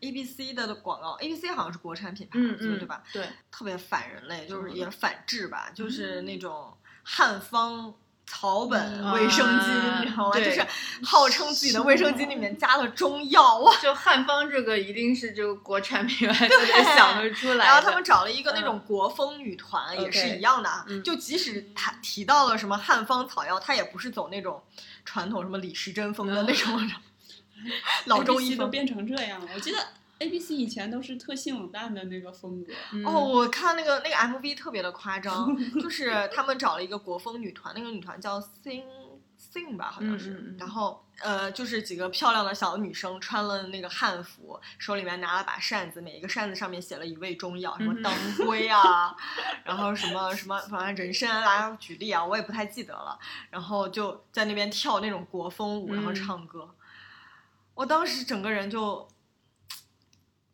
[SPEAKER 3] A B C 的广告，A B C 好像是国产品牌，
[SPEAKER 2] 嗯
[SPEAKER 3] 我记得
[SPEAKER 2] 嗯，
[SPEAKER 3] 对吧？？
[SPEAKER 2] 对，
[SPEAKER 3] 特别反人类，就是
[SPEAKER 2] 嗯
[SPEAKER 3] 也反制吧，就是那种汉方。草本
[SPEAKER 1] 嗯
[SPEAKER 3] 卫生巾，
[SPEAKER 2] 啊
[SPEAKER 3] 你知道吗？
[SPEAKER 2] 对
[SPEAKER 3] 就是号称自己的卫生巾里面加了中药，哇！
[SPEAKER 2] 就汉方这个一定是这个国产品牌都得想得出来的。
[SPEAKER 3] 然后他们找了一个那
[SPEAKER 2] 嗯
[SPEAKER 3] 种国风女团，也
[SPEAKER 2] OK
[SPEAKER 3] 是一样的啊
[SPEAKER 2] 嗯。
[SPEAKER 3] 就即使他提到了什么汉方草药，他也不是走那种传统什么李时珍风的那
[SPEAKER 2] 嗯
[SPEAKER 3] 种老中
[SPEAKER 1] ABC
[SPEAKER 3] 医
[SPEAKER 1] 都
[SPEAKER 3] 风。
[SPEAKER 1] 变成这样了。我记得 A B C 以前都是特性冷淡的那个风格，
[SPEAKER 2] 嗯
[SPEAKER 3] 哦，，我看那个那个 MV 特别的 夸张，就是他们找了一个国风女团，那个女团叫 Sing Sing 吧，好像
[SPEAKER 2] 嗯
[SPEAKER 3] 是。
[SPEAKER 2] 嗯嗯
[SPEAKER 3] 然后呃，就是几个漂亮的小女生穿了那个汉服，手里面拿了把扇子，每一个扇子上面写了一味中药，什么
[SPEAKER 2] 嗯
[SPEAKER 3] 当归啊，然后什么什么，反正人参啊，举例啊，我也不太记得了。然后就在那边跳那种国风舞，然后
[SPEAKER 2] 嗯
[SPEAKER 3] 唱歌。我当时整个人就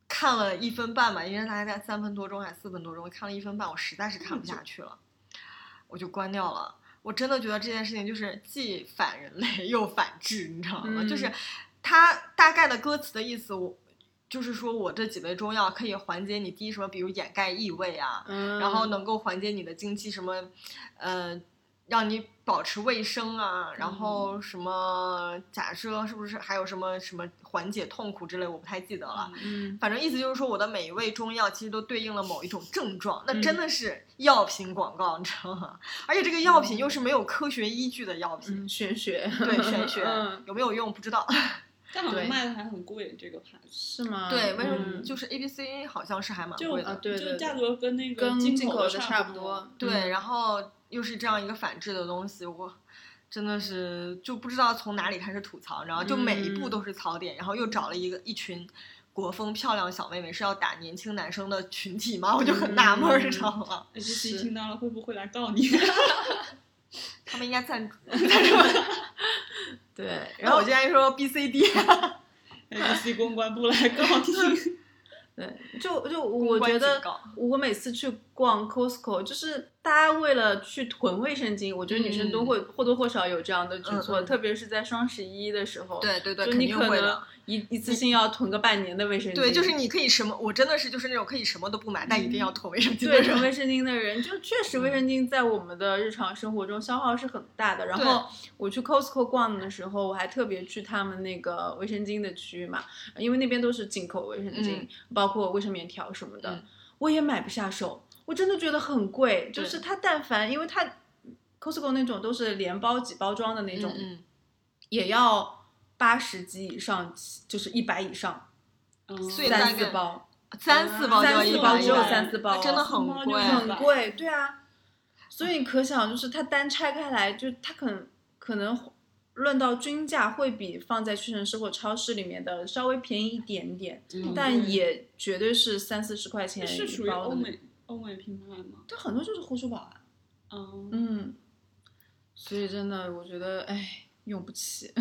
[SPEAKER 3] 看了一分半吧，因为大概在三分多钟还是四分多钟，我看了一分半，我实在是看不
[SPEAKER 2] 嗯
[SPEAKER 3] 下去了，我就关掉了。我真的觉得这件事情就是既反人类又反智，你知道吗？
[SPEAKER 2] 嗯
[SPEAKER 3] 就是它大概的歌词的意思，我就是说我这几味中药可以缓解你第一什么，比如掩盖异味啊，
[SPEAKER 2] 嗯
[SPEAKER 3] 然后？能够缓解你的经期什么，呃，让你保持卫生啊，然
[SPEAKER 2] 嗯
[SPEAKER 3] 后什么假设是不是还有什么什么缓解痛苦之类，我不太记得了。
[SPEAKER 2] 嗯，
[SPEAKER 3] 反正意思就是说，我的每一味中药其实都对应了某一种症状，那
[SPEAKER 2] 嗯
[SPEAKER 3] 真的是药品广告，你知道吗？而且这个药品又是没有科学依据的药品，
[SPEAKER 2] 嗯，玄学，
[SPEAKER 3] 对玄学
[SPEAKER 2] 嗯，
[SPEAKER 3] 有没有用不知道。
[SPEAKER 1] 但好
[SPEAKER 2] 对
[SPEAKER 1] 像卖的还很贵，这个牌子。
[SPEAKER 2] 是吗？
[SPEAKER 3] 对，为什么
[SPEAKER 2] 嗯
[SPEAKER 3] 就是 A B C 好像是还蛮
[SPEAKER 1] 就
[SPEAKER 3] 贵的
[SPEAKER 2] 啊，对对
[SPEAKER 1] 就价格跟那个
[SPEAKER 2] 跟
[SPEAKER 1] 进
[SPEAKER 2] 进
[SPEAKER 1] 口
[SPEAKER 2] 口
[SPEAKER 1] 的
[SPEAKER 2] 的
[SPEAKER 1] 差
[SPEAKER 2] 不
[SPEAKER 1] 多。
[SPEAKER 2] 多？
[SPEAKER 3] 对，
[SPEAKER 2] 嗯，
[SPEAKER 3] 然后又是这样一个反制的东西，我真的是就不知道从哪里开始吐槽，然后就每一步
[SPEAKER 2] 嗯
[SPEAKER 3] 都是槽点，然后又找了一个一群国风漂亮小妹妹是要打年轻男生的群体吗？我就很纳闷儿，你
[SPEAKER 2] 嗯
[SPEAKER 3] 知道吗？
[SPEAKER 1] A B C
[SPEAKER 2] 是
[SPEAKER 1] 听到了会不会来告你？
[SPEAKER 3] 他们应该赞助。
[SPEAKER 2] 对，
[SPEAKER 3] 然
[SPEAKER 2] 然
[SPEAKER 3] 后
[SPEAKER 2] 后
[SPEAKER 3] 我竟然说 B C D，
[SPEAKER 1] ABC 公关部来告你。
[SPEAKER 2] 对，就就我觉得我每次去逛 Costco，就是大家为了去囤卫生巾，我觉得女生都会或多或少有这样的举措，
[SPEAKER 3] 嗯嗯嗯
[SPEAKER 2] 特别是在双十一的时候，，
[SPEAKER 3] 对对对，
[SPEAKER 2] 就
[SPEAKER 3] 肯
[SPEAKER 2] 你
[SPEAKER 3] 定
[SPEAKER 2] 可
[SPEAKER 3] 会
[SPEAKER 2] 能
[SPEAKER 3] 的。
[SPEAKER 2] 一一次性要囤个半年的卫生巾，
[SPEAKER 3] 对，就是你可以什么，我真的是就是那种可以什么都不买，但一定要囤卫生巾
[SPEAKER 2] 嗯
[SPEAKER 3] 的
[SPEAKER 2] 对囤
[SPEAKER 3] 人。
[SPEAKER 2] 卫生巾的人，就确实
[SPEAKER 3] 嗯
[SPEAKER 2] 卫生巾在我们的日常生活中消耗是很大的。然后我去 Costco 逛的时候，我还特别去他们那个卫生巾的区域嘛，因为那边都是进口卫生巾，包括卫生棉条什么的，
[SPEAKER 3] 嗯
[SPEAKER 2] 我也买不下手。我真的觉得很贵，就
[SPEAKER 3] 对
[SPEAKER 2] 是它但凡因为它 Costco 那种都是连包几包装的那种，
[SPEAKER 3] 嗯，
[SPEAKER 2] 也要八十级以上，就是一百以上，
[SPEAKER 1] 嗯
[SPEAKER 3] 所以大
[SPEAKER 2] 三
[SPEAKER 3] 概
[SPEAKER 2] 四包，
[SPEAKER 3] 嗯三四包就要
[SPEAKER 2] 三
[SPEAKER 3] 一
[SPEAKER 2] 四
[SPEAKER 3] 百
[SPEAKER 2] 包
[SPEAKER 3] 一
[SPEAKER 2] 只有
[SPEAKER 3] 百
[SPEAKER 2] 三四包
[SPEAKER 3] 那真的
[SPEAKER 2] 啊
[SPEAKER 3] 很
[SPEAKER 1] 三包就
[SPEAKER 3] 贵，
[SPEAKER 1] 是
[SPEAKER 2] 很
[SPEAKER 1] 吧
[SPEAKER 2] 贵，对啊，所以你可想，就是它单拆开来，就它可能可能论到均价会比放在屈臣氏或超市里面的稍微便宜一点点，
[SPEAKER 1] 嗯
[SPEAKER 2] 但也绝对是三四十块钱
[SPEAKER 1] 是
[SPEAKER 2] 一
[SPEAKER 1] 属于
[SPEAKER 2] 包
[SPEAKER 1] 欧
[SPEAKER 2] 的那。
[SPEAKER 1] 美欧美品牌吗？
[SPEAKER 2] 对，很多就是护舒宝啊，
[SPEAKER 1] 嗯，
[SPEAKER 2] 嗯，所以真的我觉得，哎，用不起，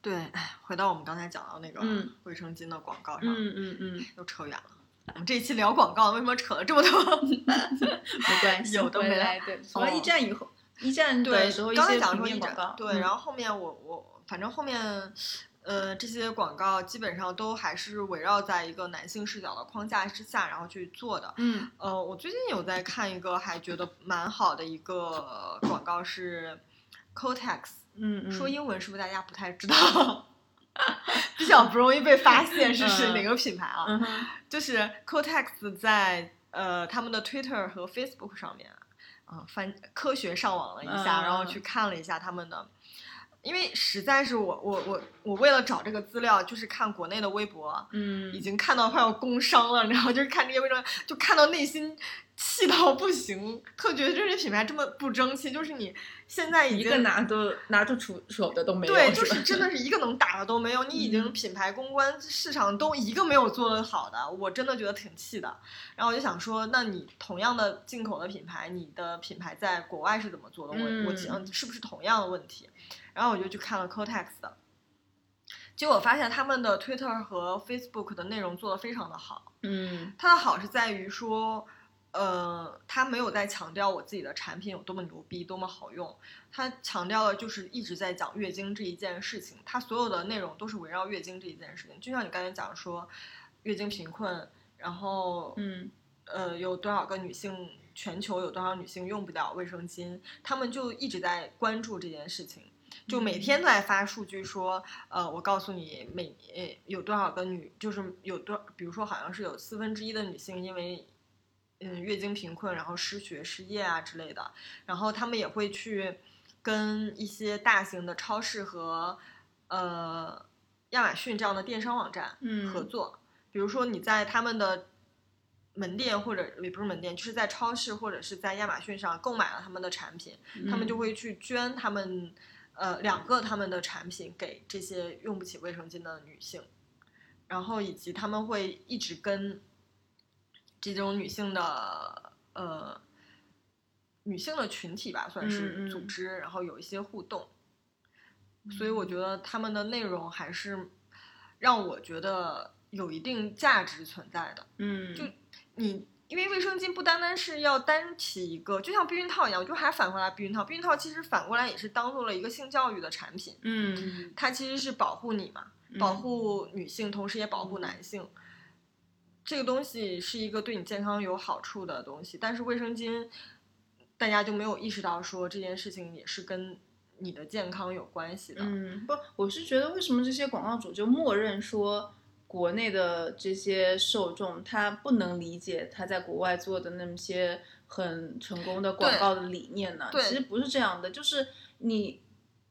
[SPEAKER 3] 对，哎，回到我们刚才讲到那个
[SPEAKER 2] 嗯
[SPEAKER 3] 卫生巾的广告上，
[SPEAKER 2] 嗯嗯嗯，
[SPEAKER 3] 又扯远了。我们这一期聊广告，为什么扯了这 么多？
[SPEAKER 2] 没关系，
[SPEAKER 3] 有的
[SPEAKER 2] 回
[SPEAKER 3] 没的
[SPEAKER 2] 来对，从
[SPEAKER 3] 哦
[SPEAKER 2] 一战以后，一战的
[SPEAKER 3] 对
[SPEAKER 2] 时候，一
[SPEAKER 3] 刚才
[SPEAKER 2] 些
[SPEAKER 3] 讲
[SPEAKER 2] 平
[SPEAKER 3] 说
[SPEAKER 2] 面
[SPEAKER 3] 一
[SPEAKER 2] 广
[SPEAKER 3] 展
[SPEAKER 2] 告，，嗯
[SPEAKER 3] 对，然
[SPEAKER 2] 后
[SPEAKER 3] 后后面我我反正后面，呃，这些广告基本上都还是围绕在一个男性视角的框架之下，然后去做的。
[SPEAKER 2] 嗯
[SPEAKER 3] 呃，我最近有在看一个，还觉得蛮好的一个广告是 Kotex，
[SPEAKER 2] 嗯嗯，
[SPEAKER 3] 说英文是不是大家不太知道？ 比较不容易被发现是是哪
[SPEAKER 2] 嗯
[SPEAKER 3] 个品牌啊？
[SPEAKER 2] 嗯哼。
[SPEAKER 3] 就是 Kotex 在呃他们的 Twitter 和呃 Facebook 上面啊、翻科学上网了一
[SPEAKER 2] 嗯
[SPEAKER 3] 下，然后去看了一下他们的因为实在是我我我我为了找这个资料，就是看国内的微博，已
[SPEAKER 2] 嗯，
[SPEAKER 3] 经看到快要工伤了，然后就是看这些微博，就看到内心气到不行，特觉得这些品牌这么不争气，就是你现在已
[SPEAKER 2] 一个
[SPEAKER 3] 经
[SPEAKER 2] 拿得拿得出手的都没有，
[SPEAKER 3] 对，就是是真的是一个能打的都没有，你已经
[SPEAKER 2] 嗯
[SPEAKER 3] 品牌公关市场都一个没有做得好的，我真的觉得挺气的。然后我就想说，那你同样的进口的品牌，你的品牌在国外是怎么做的？我我
[SPEAKER 2] 嗯
[SPEAKER 3] 想是不是同样的问题？然后我就去看了 Cortex 的，结果发现他们的 Twitter 和 Facebook 的内容做得非常的好。
[SPEAKER 2] 嗯
[SPEAKER 3] 它的好是在于说，呃，它没有在强调我自己的产品有多么牛逼、多么好用，它强调的就是一直在讲月经这一件事情，它所有的内容都是围绕月经这一件事情。就像你刚才讲说，月经贫困，然后
[SPEAKER 2] 嗯
[SPEAKER 3] 呃，有多少个女性，全球有多少女性用不了卫生巾，他们就一直在关注这件事情，就每天都在发数据说，呃，我告诉你每呃有多少个女，就是有多，比如说好像是有四分之一的女性因为。嗯，月经贫困，然后失学、失业啊之类的，然后他们也会去跟一些大型的超市和呃亚马逊这样的电商网站
[SPEAKER 2] 嗯
[SPEAKER 3] 合作。比如说你在他们的门店或者也不是门店，就是在超市或者是在亚马逊上购买了他们的产品，他
[SPEAKER 2] 嗯
[SPEAKER 3] 们就会去捐他们呃两个他们的产品给这些用不起卫生巾的女性，然后以及他们会一直跟这种女性的呃女性的群体吧，算
[SPEAKER 2] 嗯
[SPEAKER 3] 是
[SPEAKER 2] 嗯
[SPEAKER 3] 组织，然后有一些互动，所以我觉得他们的内容还是让我觉得有一定价值存在的。
[SPEAKER 2] 嗯
[SPEAKER 3] 就你因为卫生巾不单单是要单起一个，就像避孕套一样，我就还反过来避孕套，避孕套其实反过来也是当做了一个性教育的产品，
[SPEAKER 2] 嗯
[SPEAKER 1] 嗯
[SPEAKER 3] 它其实是保护你嘛，保护女性，同时也保护男性。这个东西是一个对你健康有好处的东西，但是卫生巾，大家就没有意识到说这件事情也是跟你的健康有关系的。
[SPEAKER 2] 嗯，不，我是觉得为什么这些广告主就默认说国内的这些受众他不能理解他在国外做的那些很成功的广
[SPEAKER 3] 对
[SPEAKER 2] 告的理念呢？
[SPEAKER 3] 对
[SPEAKER 2] 其实不是这样的，就是你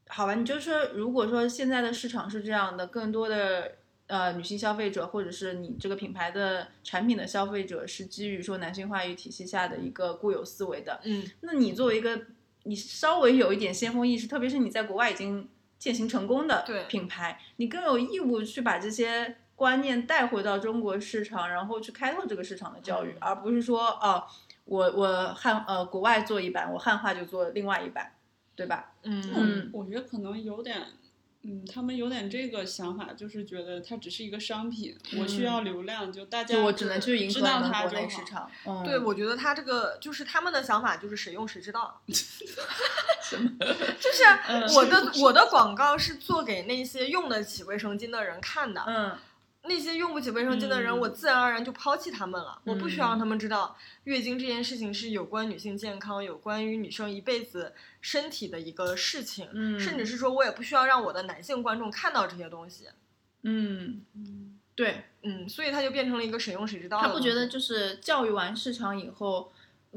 [SPEAKER 2] 好吧，你就说如果说现在的市场是这样的，更多的。呃，女性消费者或者是你这个品牌的产品的消费者，是基于说男性话语体系下的一个固有思维的。
[SPEAKER 3] 嗯，
[SPEAKER 2] 那你作为一个你稍微有一点先锋意识，特别是你在国外已经践行成功的
[SPEAKER 3] 对
[SPEAKER 2] 品牌，你更有义务去把这些观念带回到中国市场，然后去开拓这个市场的教育，
[SPEAKER 3] 嗯
[SPEAKER 2] 而不是说哦，我我汉呃国外做一版，我汉化就做另外一版，对吧？
[SPEAKER 3] 嗯
[SPEAKER 1] 嗯，我觉得可能有点，嗯，他们有点这个想法，就是觉得它只是一个商品，我需要流量，就大家
[SPEAKER 2] 嗯就我只能去迎合
[SPEAKER 1] 知
[SPEAKER 2] 你
[SPEAKER 1] 道
[SPEAKER 2] 们
[SPEAKER 1] 它
[SPEAKER 2] 国
[SPEAKER 1] 就
[SPEAKER 2] 内
[SPEAKER 1] 好。
[SPEAKER 2] 市场。嗯，
[SPEAKER 3] 对，我觉得他这个就是他们的想法，就是谁用谁 知道。
[SPEAKER 2] 嗯
[SPEAKER 3] 就是我的我的广告是做给那些用得起卫生巾的人看的，
[SPEAKER 2] 嗯
[SPEAKER 3] 那些用不起卫生巾的人，
[SPEAKER 1] 嗯
[SPEAKER 3] 我自然而然就抛弃他们了。我不需要
[SPEAKER 2] 嗯
[SPEAKER 3] 让他们知道月经这件事情是有关女性健康、有关于女生一辈子身体的一个事情，
[SPEAKER 2] 嗯
[SPEAKER 3] 甚至是说我也不需要让我的男性观众看到这些东西。
[SPEAKER 2] 嗯，
[SPEAKER 1] 嗯
[SPEAKER 2] 对，
[SPEAKER 3] 嗯，所以它就变成了一个谁用谁知道的
[SPEAKER 2] 他
[SPEAKER 3] 东
[SPEAKER 2] 不
[SPEAKER 3] 西。
[SPEAKER 2] 觉得就是教育完市场以后，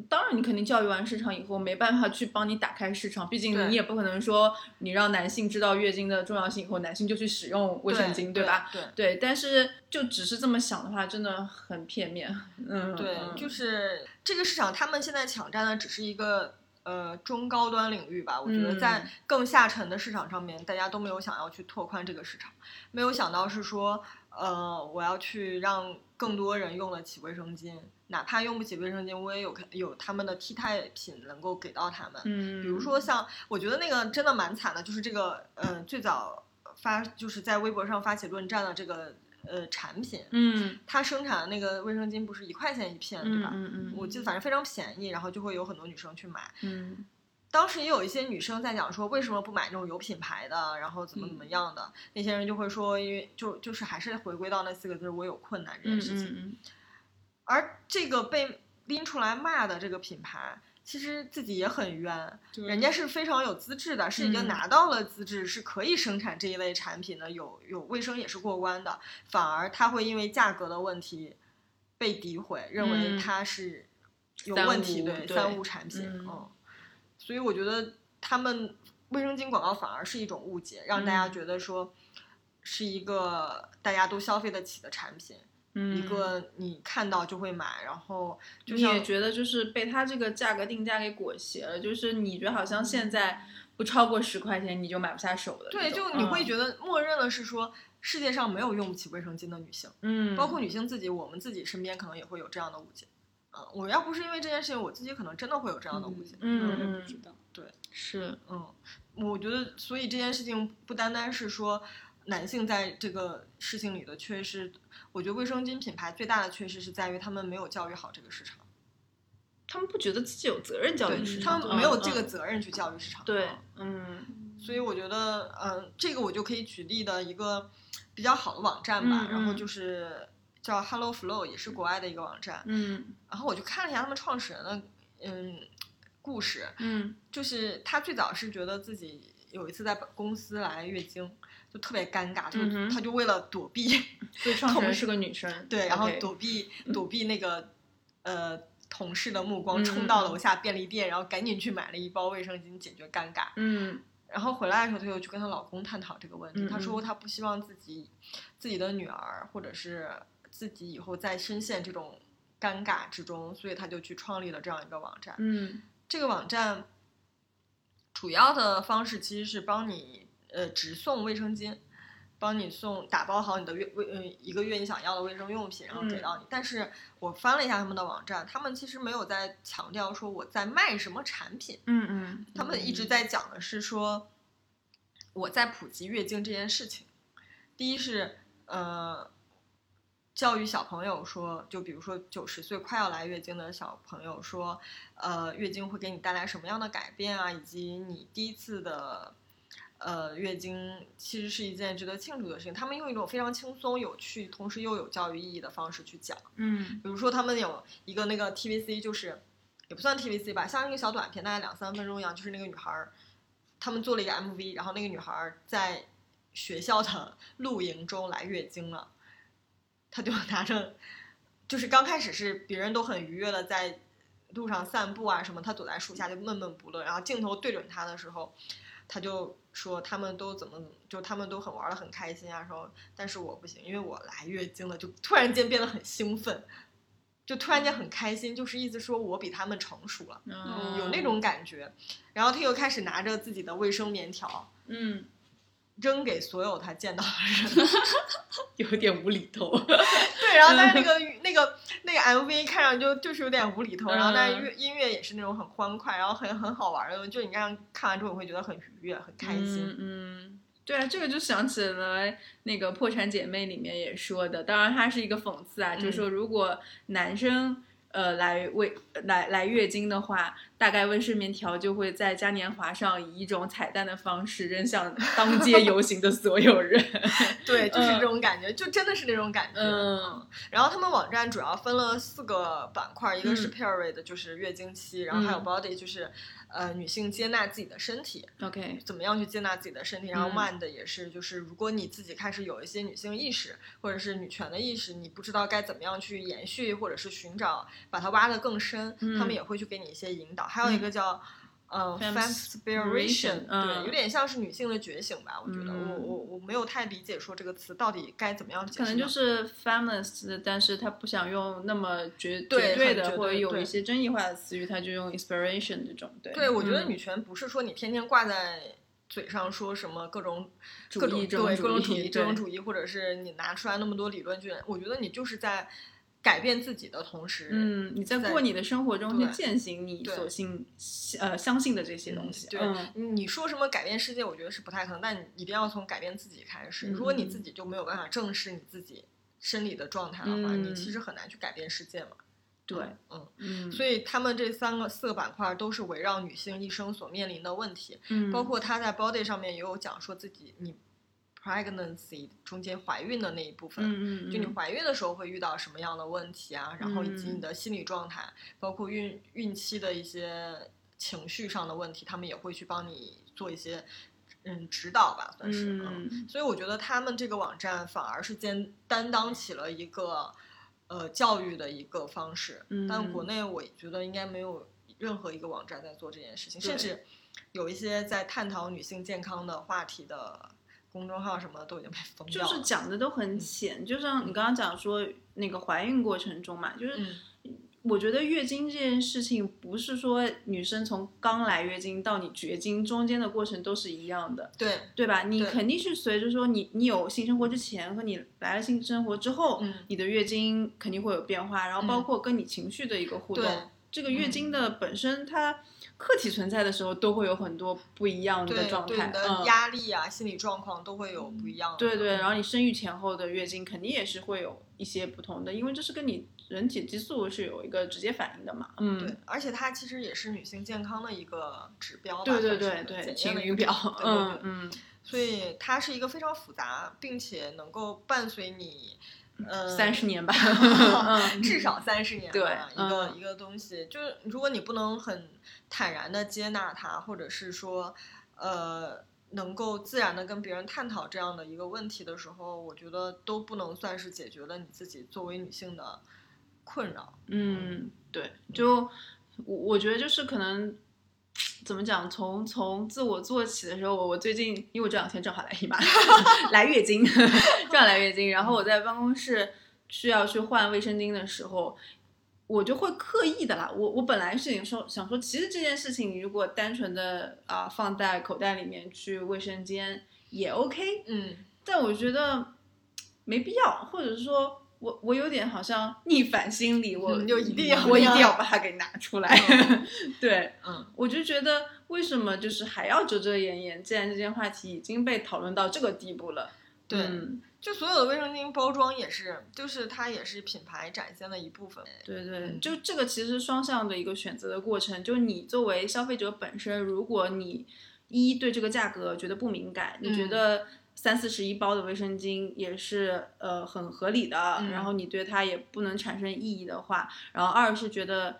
[SPEAKER 2] 当然你肯定教育完市场以后没办法去帮你打开市场，毕
[SPEAKER 3] 对
[SPEAKER 2] 竟你也不可能说你让男性知道月经的重要性以后，男性就去使用卫生巾，
[SPEAKER 3] 对
[SPEAKER 2] 吧？？
[SPEAKER 3] 对。
[SPEAKER 2] 对，但是就只是这么想的话，真的很片面。 嗯，
[SPEAKER 3] 对，
[SPEAKER 2] 嗯
[SPEAKER 3] 就是这个市场，他们现在抢占的只是一个呃中高端领域吧。我觉得
[SPEAKER 2] 嗯
[SPEAKER 3] 在更下沉的市场上面，大家都没有想要去拓宽这个市场，没有想到是说，呃，我要去让更多人用得起卫生巾，哪怕用不起卫生巾，我也有有他们的替代品能够给到他们。
[SPEAKER 2] 嗯，
[SPEAKER 3] 比如说像，我觉得那个真的蛮惨的，就是这个，呃，最早发就是在微博上发起论战的这个呃产品，
[SPEAKER 2] 嗯，
[SPEAKER 3] 它生产的那个卫生巾不是一块钱一片，
[SPEAKER 2] 嗯，
[SPEAKER 3] 对吧？
[SPEAKER 2] 嗯嗯
[SPEAKER 3] 我记得反正非常便宜，然后就会有很多女生去买。
[SPEAKER 2] 嗯
[SPEAKER 3] 当时也有一些女生在讲说，为什么不买那种有品牌的，然后怎么怎么
[SPEAKER 2] 嗯
[SPEAKER 3] 样的？那些人就会说，因为就就是还是回归到那四个字，我有困难
[SPEAKER 2] 嗯
[SPEAKER 3] 这件事情。
[SPEAKER 2] 嗯
[SPEAKER 3] 而这个被拎出来骂的这个品牌，其实自己也很冤，
[SPEAKER 1] 对
[SPEAKER 3] 人家是非常有资质的，是已经
[SPEAKER 2] 嗯
[SPEAKER 3] 拿到了资质，是可以生产这一类产品的，有有卫生也是过关的，反而它会因为价格的问题被诋毁，认为
[SPEAKER 2] 嗯
[SPEAKER 3] 它是有
[SPEAKER 2] 三
[SPEAKER 3] 问题，
[SPEAKER 2] 无
[SPEAKER 3] 对
[SPEAKER 2] 对
[SPEAKER 3] 三无产品，
[SPEAKER 2] 嗯
[SPEAKER 3] 嗯，所以我觉得他们卫生巾广告反而是一种误解，让大
[SPEAKER 2] 嗯
[SPEAKER 3] 家觉得说是一个大家都消费得起的产品，
[SPEAKER 2] 嗯
[SPEAKER 3] 一个你看到就会买，然后就
[SPEAKER 2] 你也
[SPEAKER 3] 像
[SPEAKER 2] 觉得就是被它这个价格定价给裹挟了，就是你觉得好像现在不超过十块钱你就买不下手的
[SPEAKER 3] 对，
[SPEAKER 2] 这种，嗯
[SPEAKER 3] 就你会
[SPEAKER 2] 得
[SPEAKER 3] 觉得默认了是说世界上没有用不起卫生巾的女性。
[SPEAKER 2] 嗯，
[SPEAKER 3] 包括女性自己，我们自己身边可能也会有这样的误解。嗯，我要不是因为这件事情，我自己可能真的会有这样的误解。
[SPEAKER 1] 我
[SPEAKER 2] 嗯
[SPEAKER 1] 也不
[SPEAKER 2] 嗯
[SPEAKER 1] 知道。
[SPEAKER 2] 是
[SPEAKER 3] 嗯，我觉得，所以这件事情不单单是说男性在这个事情里的缺失，我觉得卫生巾品牌最大的缺失是在于他们没有教育好这个市场，
[SPEAKER 2] 他们不觉得自己有责任教育市
[SPEAKER 3] 对，
[SPEAKER 2] 场，
[SPEAKER 3] 他们没有这
[SPEAKER 2] 嗯
[SPEAKER 3] 个责任去教育市场。
[SPEAKER 2] 对，嗯
[SPEAKER 3] 所以我觉得，嗯，这个我就可以举例的一个比较好的网站吧，
[SPEAKER 2] 嗯
[SPEAKER 3] 然后
[SPEAKER 2] 嗯
[SPEAKER 3] 就是叫 Hello Flow，也是国外的一个网站。
[SPEAKER 2] 嗯
[SPEAKER 3] 然后我就看了一下他们创始人的嗯故事，
[SPEAKER 2] 嗯
[SPEAKER 3] 就是他最早是觉得自己有一次在公司来月经，就特别尴尬，就、
[SPEAKER 2] 嗯哼
[SPEAKER 3] 他就为了躲避，
[SPEAKER 2] 所以创始
[SPEAKER 3] 同
[SPEAKER 2] 人
[SPEAKER 3] 时
[SPEAKER 2] 是个女生，
[SPEAKER 3] 对，然后
[SPEAKER 2] OK
[SPEAKER 3] 躲避躲避那个呃同事的目
[SPEAKER 2] 嗯
[SPEAKER 3] 光，
[SPEAKER 2] 嗯
[SPEAKER 3] 冲
[SPEAKER 2] 嗯
[SPEAKER 3] 到楼下便利店，然后赶紧去买了一包卫生巾解决尴尬。
[SPEAKER 2] 嗯
[SPEAKER 3] 然后回来的时候，她又去跟她老公探讨这个问题。
[SPEAKER 2] 嗯
[SPEAKER 3] 她
[SPEAKER 2] 嗯
[SPEAKER 3] 说她不希望自己自己的女儿或者是自己以后再深陷这种尴尬之中，所以她就去创立了这样一个网站。
[SPEAKER 2] 嗯
[SPEAKER 3] 这个网站主要的方式其实是帮你呃直送卫生巾，帮你送打包好你的月卫嗯一个月你想要的卫生用品，然后
[SPEAKER 2] 嗯
[SPEAKER 3] 给到你。但是我翻了一下他们的网站，他们其实没有在强调说我在卖什么产品，
[SPEAKER 2] 嗯嗯
[SPEAKER 3] 他们一直
[SPEAKER 1] 嗯
[SPEAKER 3] 在讲的是说我在普及月经这件事情。第一是呃。教育小朋友说，就比如说九十岁快要来月经的小朋友说，呃，月经会给你带来什么样的改变啊，以及你第一次的呃月经其实是一件值得庆祝的事情。他们用一种非常轻松、有趣，同时又有教育意义的方式去讲。
[SPEAKER 2] 嗯
[SPEAKER 3] 比如说他们有一个那个 TVC，就是也不算 TVC 吧，像一个小短片，大概两三分钟一样，就是那个女孩儿，他们做了一个 MV，然后那个女孩儿在学校的 露营中来月经了，她就拿着，就是刚开始是别人都很愉悦的在路上散步啊什么，她躲在树下就闷闷不乐，然后镜头对准她的时候，她就。说他们都怎么，就他们都很玩的很开心啊，说，但是我不行，因为我来月经了，就突然间变得很兴奋，就突然间很开心，就是意思说我比他们成熟了，
[SPEAKER 2] 嗯
[SPEAKER 3] 有那种感觉。然后他又开始拿着自己的卫生棉条
[SPEAKER 2] 嗯
[SPEAKER 3] 扔给所有他见到的人。
[SPEAKER 2] 有点无厘头，
[SPEAKER 3] 对，然后但是那
[SPEAKER 2] 嗯
[SPEAKER 3] 个那个那个 MV 看上去就就是有点无厘头，然后但是
[SPEAKER 2] 嗯
[SPEAKER 3] 乐音乐也是那种很欢快，然后很很好玩的，就你这样看完之后你会觉得很愉悦、很开心。
[SPEAKER 2] 嗯。嗯对啊，这个就想起来那个《破产姐妹》里面也说的，当然它是一个讽刺啊，就是
[SPEAKER 3] 嗯
[SPEAKER 2] 说如果男生呃来为来来月经的话，大概卫生棉条就会在嘉年华上以一种彩蛋的方式扔向当街游行的所有人。
[SPEAKER 3] 对，就是
[SPEAKER 2] 嗯
[SPEAKER 3] 这种感觉，就真的是那种感觉。
[SPEAKER 2] 嗯
[SPEAKER 3] 然后他们网站主要分了四个板块，一个是
[SPEAKER 2] 嗯
[SPEAKER 3] period，就是月经期，然后还有
[SPEAKER 2] 嗯
[SPEAKER 3] body，就是呃女性接纳自己的身体，
[SPEAKER 2] ，OK，
[SPEAKER 3] 怎么样去接纳自己的身体。然后
[SPEAKER 2] 嗯
[SPEAKER 3] mind 也是，就是如果你自己开始有一些女性意识或者是女权的意识，你不知道该怎么样去延续，或者是寻找把它挖得更深，
[SPEAKER 2] 嗯
[SPEAKER 3] 他们也会去给你一些引导。还有一个叫。呃
[SPEAKER 2] Fem-
[SPEAKER 3] f e m s p i r a t i o n
[SPEAKER 2] 嗯
[SPEAKER 3] 对，有点像是女性的觉醒吧，我觉得，
[SPEAKER 2] 嗯
[SPEAKER 3] 我我我没有太理解说这个词到底该怎么样解释
[SPEAKER 2] 可
[SPEAKER 3] 呢。
[SPEAKER 2] 能就是 feminist，但是他不想用那么绝
[SPEAKER 3] 对
[SPEAKER 2] 绝对
[SPEAKER 3] 很
[SPEAKER 2] 的
[SPEAKER 3] 绝对
[SPEAKER 2] 或者有
[SPEAKER 3] 对
[SPEAKER 2] 一些争议化的词语，他就用 inspiration 这种。对，
[SPEAKER 3] 对，我觉得
[SPEAKER 2] 嗯
[SPEAKER 3] 女权不是说你天天挂在嘴上说什么各种
[SPEAKER 2] 主
[SPEAKER 3] 各种
[SPEAKER 2] 义这
[SPEAKER 3] 对
[SPEAKER 2] 种
[SPEAKER 3] 各种
[SPEAKER 2] 主义
[SPEAKER 3] 义、各种
[SPEAKER 2] 对
[SPEAKER 3] 主义，或者是你拿出来那么多理论去，我觉得你就是在改变自己的同时，
[SPEAKER 2] 嗯，你在
[SPEAKER 3] 在
[SPEAKER 2] 过你的生活中去
[SPEAKER 3] 对
[SPEAKER 2] 践行你
[SPEAKER 3] 对
[SPEAKER 2] 所信呃相信的这些东西。
[SPEAKER 3] 对
[SPEAKER 2] 嗯
[SPEAKER 3] 你你说什么改变世界，我觉得是不太可能，但你一定要从改变自己开始。如果你
[SPEAKER 2] 嗯
[SPEAKER 3] 自己就没有办法正视你自己生理的状态的话，你
[SPEAKER 2] 嗯
[SPEAKER 3] 其实很难去改变世界嘛。
[SPEAKER 2] 对，
[SPEAKER 3] 嗯
[SPEAKER 2] 嗯，
[SPEAKER 3] 所以他们这三个四个板块都是围绕女性一生所面临的问题，
[SPEAKER 2] 以
[SPEAKER 3] 包括他在 body 上面也有讲说自己你 pregnancy 中间怀孕的那一部分，
[SPEAKER 2] 嗯嗯，
[SPEAKER 3] 就你
[SPEAKER 2] 嗯
[SPEAKER 3] 怀孕的时候会遇到什么样的问题啊，然后以及
[SPEAKER 2] 嗯
[SPEAKER 3] 你的心理状态，包括孕孕期的一些情绪上的问题，他们也会去帮你做一些嗯指导吧，算是。
[SPEAKER 2] 嗯
[SPEAKER 3] 所以我觉得他们这个网站反而是兼担当起了一个呃教育的一个方式，但
[SPEAKER 2] 嗯
[SPEAKER 3] 国内我觉得应该没有任何一个网站在做这件事情，
[SPEAKER 2] 对
[SPEAKER 3] 甚至有一些在探讨女性健康的话题的公众号什么的都已经被封掉
[SPEAKER 2] 就
[SPEAKER 3] 了。
[SPEAKER 2] 是讲的都
[SPEAKER 3] 嗯
[SPEAKER 2] 很浅，就像你刚刚讲说那个怀孕过程中嘛，就是
[SPEAKER 3] 嗯，
[SPEAKER 2] 我觉得月经这件事情，不是说女生从刚来月经到你绝经中间的过程都是一样的，
[SPEAKER 3] 对，
[SPEAKER 2] 对吧？你
[SPEAKER 3] 对
[SPEAKER 2] 肯定是随着说你你有性生活之前和你来了性生活之后，
[SPEAKER 3] 嗯
[SPEAKER 2] 你的月经肯定会有变化，然后包
[SPEAKER 3] 嗯
[SPEAKER 2] 括跟你情绪的一个互动。
[SPEAKER 3] 对嗯
[SPEAKER 2] 这个月经的本身，它客体存在的时候都会有很多不一样的
[SPEAKER 3] 对
[SPEAKER 2] 状
[SPEAKER 3] 对
[SPEAKER 2] 态，
[SPEAKER 3] 你的
[SPEAKER 2] 嗯
[SPEAKER 3] 压力啊、心理状况都会有不一样的。嗯
[SPEAKER 2] 对对，然后你生育前后的月经肯定也是会有一些不同的，因为这是跟你人体激素是有一个直接反应的嘛。嗯，
[SPEAKER 3] 对，而且它其实也是女性健康的一个指标吧，
[SPEAKER 2] 对对
[SPEAKER 3] 算是
[SPEAKER 2] 对对，
[SPEAKER 3] 检验
[SPEAKER 2] 晴
[SPEAKER 3] 的一
[SPEAKER 2] 雨
[SPEAKER 3] 个
[SPEAKER 2] 表
[SPEAKER 3] 指标，对对
[SPEAKER 2] 嗯
[SPEAKER 3] 对
[SPEAKER 2] 嗯，
[SPEAKER 3] 所以它是一个非常复杂，并且能够伴随你，呃，
[SPEAKER 2] 嗯三十年吧，
[SPEAKER 3] 嗯至少三十年吧
[SPEAKER 2] 嗯对
[SPEAKER 3] 一个、
[SPEAKER 2] 嗯
[SPEAKER 3] 一个东西，就是如果你不能很坦然的接纳它，或者是说，呃，能够自然的跟别人探讨这样的一个问题的时候，我觉得都不能算是解决了你自己作为女性的困扰。
[SPEAKER 2] 嗯，对，就我我觉得就是可能。怎么讲？从从自我做起的时候，我我最近因为我这两天正好来姨妈， 来月经， 正好来月经。然后我在办公室需要去换卫生巾的时候，我就会刻意的啦。我我本来是想说想说，其实这件事情你如果单纯的啊、放在口袋里面去卫生间也 OK，
[SPEAKER 3] 嗯，
[SPEAKER 2] 但我觉得没必要，或者说我我有点好像逆反心理，我
[SPEAKER 3] 嗯就一定要
[SPEAKER 2] 我一定
[SPEAKER 3] 这
[SPEAKER 2] 要
[SPEAKER 3] 样
[SPEAKER 2] 把它给拿出来。
[SPEAKER 3] 嗯
[SPEAKER 2] 对，
[SPEAKER 3] 嗯，
[SPEAKER 2] 我就觉得为什么就是还要遮遮掩掩？既然这件话题已经被讨论到这个地步了，
[SPEAKER 3] 对。
[SPEAKER 2] 嗯
[SPEAKER 3] 就所有的卫生巾包装也是，就是它也是品牌展现的一部分。
[SPEAKER 2] 对对，
[SPEAKER 3] 嗯
[SPEAKER 2] 就这个其实是双向的一个选择的过程。就你作为消费者本身，如果你一对这个价格觉得不敏感，你觉
[SPEAKER 3] 嗯
[SPEAKER 2] 得三四十一包的卫生巾也是呃很合理的，
[SPEAKER 3] 嗯
[SPEAKER 2] 然后你对它也不能产生异议的话，然后二是觉得。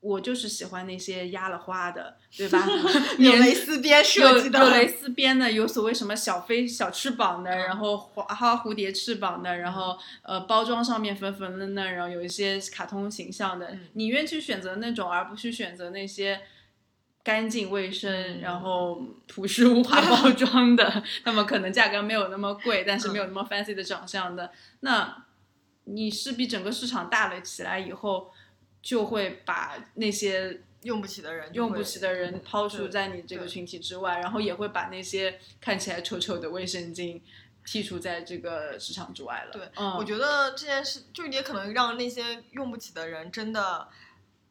[SPEAKER 2] 我就是喜欢那些压了花的，对吧？
[SPEAKER 3] 有
[SPEAKER 2] 免
[SPEAKER 3] 蕾丝边
[SPEAKER 2] 有
[SPEAKER 3] 设计的，
[SPEAKER 2] 有蕾丝边的，有所谓什么小飞小翅膀的，
[SPEAKER 3] 嗯
[SPEAKER 2] 然后花花蝴蝶翅膀的，然后呃包装上面粉粉嫩嫩，然后有一些卡通形象的，
[SPEAKER 3] 嗯
[SPEAKER 2] 你愿去选择那种，而不去选择那些干净卫生，
[SPEAKER 3] 嗯
[SPEAKER 2] 然后朴实无华 包装的，那么可能价格没有那么贵，但是没有
[SPEAKER 3] 嗯
[SPEAKER 2] 那么 fancy 的长相的，那你势必整个市场大了起来以后，就会把那些
[SPEAKER 3] 用不起的人就
[SPEAKER 2] 用
[SPEAKER 3] 会
[SPEAKER 2] 不起的人抛出
[SPEAKER 3] 对
[SPEAKER 2] 在你这个
[SPEAKER 3] 对
[SPEAKER 2] 群体之外，然后也会把那些看起来丑丑的卫生巾剔除在这个市场之外了。
[SPEAKER 3] 对，
[SPEAKER 2] 嗯，
[SPEAKER 3] 我觉得这件事就也可能让那些用不起的人真的。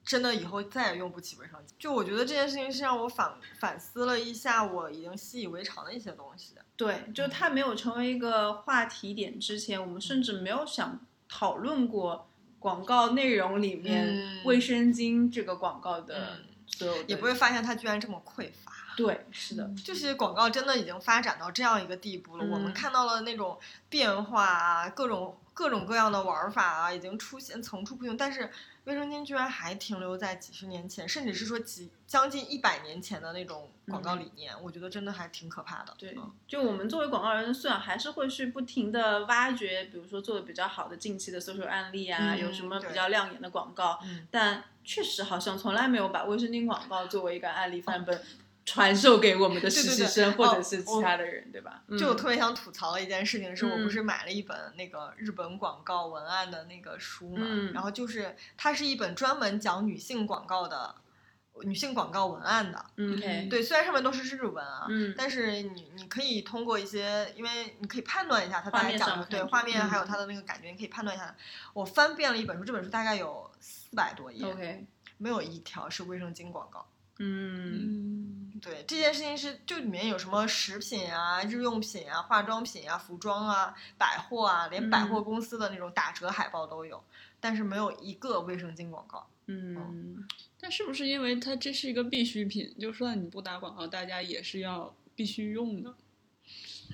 [SPEAKER 3] 真的以后再也用不起卫生巾。就我觉得这件事情是让我反反思了一下我已经习以为常的一些东西。
[SPEAKER 2] 对，就它没有成为一个话题点之前，我们甚至没有想讨论过广告内容里面
[SPEAKER 3] 嗯
[SPEAKER 2] 卫生巾这个广告的
[SPEAKER 3] 嗯
[SPEAKER 2] 所有的，
[SPEAKER 3] 也不会发现它居然这么匮乏。
[SPEAKER 2] 对，是的，
[SPEAKER 3] 就是广告真的已经发展到这样一个地步了，
[SPEAKER 2] 嗯
[SPEAKER 3] 我们看到了那种变化啊，各种各种各样的玩法啊，已经出现层出不穷。但是卫生巾居然还停留在几十年前，甚至是说几将近一百年前的那种
[SPEAKER 2] 嗯
[SPEAKER 3] 广告理念，我觉得真的还挺可怕的。
[SPEAKER 2] 对
[SPEAKER 3] 嗯，
[SPEAKER 2] 就我们作为广告人，虽然还是会去不停的挖掘，比如说做的比较好的近期的 social 案例啊，
[SPEAKER 3] 嗯
[SPEAKER 2] 有什么比
[SPEAKER 3] 对
[SPEAKER 2] 较亮眼的广告，
[SPEAKER 3] 嗯
[SPEAKER 2] 但确实好像从来没有把卫生巾广告作为一个案例范本传授给我们的实习生
[SPEAKER 3] 对
[SPEAKER 2] 或者
[SPEAKER 3] 哦
[SPEAKER 2] 是其
[SPEAKER 3] 我
[SPEAKER 2] 他的人，对吧？嗯
[SPEAKER 3] 就我特别想吐槽的一件事情是，我
[SPEAKER 2] 嗯
[SPEAKER 3] 不是买了一本那个日本广告文案的那个书嘛，
[SPEAKER 2] 嗯
[SPEAKER 3] 然后就是它是一本专门讲女性广告的女性广告文案的，
[SPEAKER 2] 嗯 OK，
[SPEAKER 3] 对，虽然上面都是日文啊，
[SPEAKER 2] 嗯
[SPEAKER 3] 但是你你可以通过一些，因为你可以判断一下它大
[SPEAKER 2] 画
[SPEAKER 3] 概
[SPEAKER 2] 面
[SPEAKER 3] 讲
[SPEAKER 2] 上
[SPEAKER 3] 的
[SPEAKER 2] 的
[SPEAKER 3] 对
[SPEAKER 2] 感
[SPEAKER 3] 画
[SPEAKER 2] 觉
[SPEAKER 3] 面还有
[SPEAKER 2] 嗯
[SPEAKER 3] 它的那个感觉，你可以判断一下。我翻遍了一本书，这本书大概有四百多页
[SPEAKER 2] OK，
[SPEAKER 3] 没有一条是卫生巾广告。
[SPEAKER 2] 嗯
[SPEAKER 1] 嗯，
[SPEAKER 3] 对这件事情是，就里面有什么食品啊、日用品啊、化妆品啊、服装啊、百货啊，连百货
[SPEAKER 2] 嗯
[SPEAKER 3] 公司的那种打折海报都有，但是没有一个卫生巾广告。
[SPEAKER 2] 嗯，
[SPEAKER 1] 但是不是因为它这是一个必需品，就算你不打广告，大家也是要必须用的？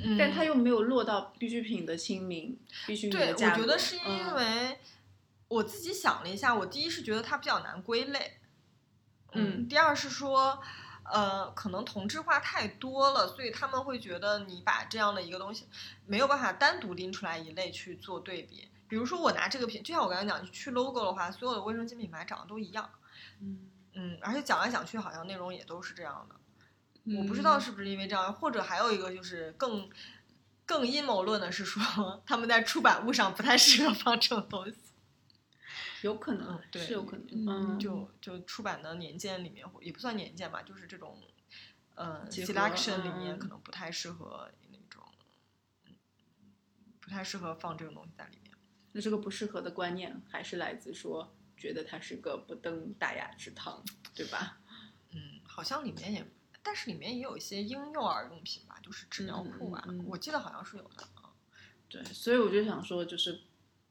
[SPEAKER 3] 嗯
[SPEAKER 2] 但它又没有落到必需品的亲民，必需品
[SPEAKER 3] 对，
[SPEAKER 2] 的
[SPEAKER 3] 我
[SPEAKER 2] 价格。
[SPEAKER 3] 觉得是因
[SPEAKER 2] 嗯
[SPEAKER 3] 为我自己想了一下，我第一是觉得它比较难归类，
[SPEAKER 2] 嗯
[SPEAKER 3] 第二是说，呃，可能同质化太多了，所以他们会觉得你把这样的一个东西没有办法单独拎出来一类去做对比。比如说，我拿这个品，就像我刚才讲，去 logo 的话，所有的卫生巾品牌长得都一样，嗯，而且讲来讲去，好像内容也都是这样的。我
[SPEAKER 1] 嗯
[SPEAKER 3] 不知道是不是因为这样，或者还有一个就是更更阴谋论的是说，他们在出版物上不太适合放这种东西。
[SPEAKER 2] 有可能
[SPEAKER 3] 嗯对
[SPEAKER 2] 是有可能，
[SPEAKER 1] 嗯
[SPEAKER 2] 嗯，
[SPEAKER 3] 就就出版的年鉴里面，也不算年鉴吧，就是这种呃
[SPEAKER 2] 结合
[SPEAKER 3] selection 里面
[SPEAKER 2] 嗯
[SPEAKER 3] 可能不太适合那种，不太适合放这种东西在里面。
[SPEAKER 2] 那这个不适合的观念还是来自说觉得它是个不登大雅之堂，对吧？
[SPEAKER 3] 嗯，好像里面也，但是里面也有一些婴幼儿用品吧，就是纸尿裤吧，
[SPEAKER 2] 嗯嗯嗯嗯
[SPEAKER 3] 我记得好像是有的啊。
[SPEAKER 2] 对，所以我就想说，就是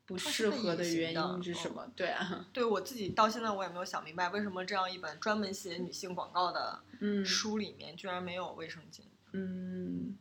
[SPEAKER 2] 不适
[SPEAKER 3] 它是
[SPEAKER 2] 合
[SPEAKER 3] 被
[SPEAKER 2] 的
[SPEAKER 3] 隐形
[SPEAKER 2] 原
[SPEAKER 3] 的
[SPEAKER 2] 因是什
[SPEAKER 3] 嗯
[SPEAKER 2] 么？对啊，
[SPEAKER 3] 对我自己到现在我也没有想明白，为什么这样一本专门写女性广告的
[SPEAKER 2] 嗯
[SPEAKER 3] 书里面居然没有卫生巾。
[SPEAKER 2] 嗯，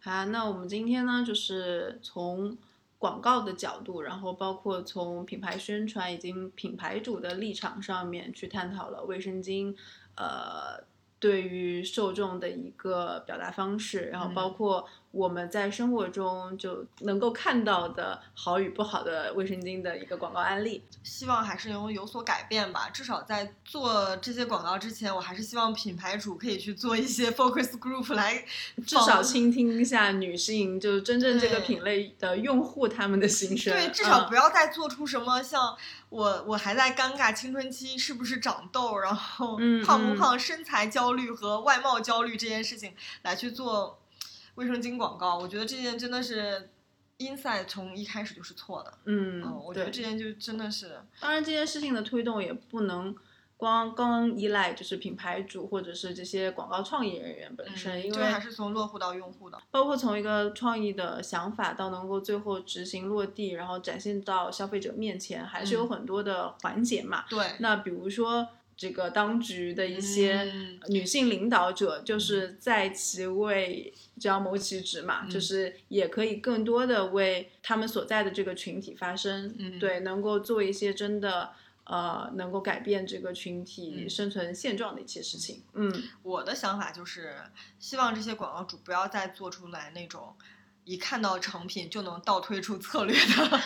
[SPEAKER 2] 好啊，那我们今天呢，就是从广告的角度，然后包括从品牌宣传以及品牌主的立场上面去探讨了卫生巾，呃，对于受众的一个表达方式，然后包
[SPEAKER 3] 嗯
[SPEAKER 2] 括我们在生活中就能够看到的好与不好的卫生巾的一个广告案例。
[SPEAKER 3] 希望还是能有所改变吧。至少在做这些广告之前，我还是希望品牌主可以去做一些 focus group 来
[SPEAKER 2] 至
[SPEAKER 3] 访
[SPEAKER 2] 少倾听一下女性，就是真正这个
[SPEAKER 3] 对
[SPEAKER 2] 品类的用户他们的心声。
[SPEAKER 3] 对，至少
[SPEAKER 2] 嗯
[SPEAKER 3] 不要再做出什么像我，我还在尴尬青春期，是不是长痘，然后
[SPEAKER 2] 嗯
[SPEAKER 3] 胖不胖、身材焦虑和外貌焦虑这件事情来去做卫生巾广告。我觉得这件真的是 inside 从一开始就是错的。
[SPEAKER 2] 嗯，
[SPEAKER 3] 嗯，我觉得
[SPEAKER 2] 对
[SPEAKER 3] 这件就真的是，
[SPEAKER 2] 当然，这件事情的推动也不能光光依赖就是品牌主或者是这些广告创意人员本身，因
[SPEAKER 3] 嗯就还
[SPEAKER 2] 为
[SPEAKER 3] 是从落户到用户的。
[SPEAKER 2] 包括从一个创意的想法到能够最后执行落地，然后展现到消费者面前，还是有
[SPEAKER 3] 嗯
[SPEAKER 2] 很多的环节嘛。
[SPEAKER 3] 对，
[SPEAKER 2] 那比如说。这个当局的一些
[SPEAKER 3] 嗯
[SPEAKER 2] 女性领导者，就是在其位，只要谋其职嘛，
[SPEAKER 3] 嗯
[SPEAKER 2] 就是也可以更多的为他们所在的这个群体发声，
[SPEAKER 3] 嗯
[SPEAKER 2] 对，能够做一些真的呃能够改变这个群体
[SPEAKER 3] 嗯
[SPEAKER 2] 生存现状的一些事情。嗯
[SPEAKER 3] 我的想法就是，希望这些广告主不要再做出来那种一看到成品就能倒推出策略的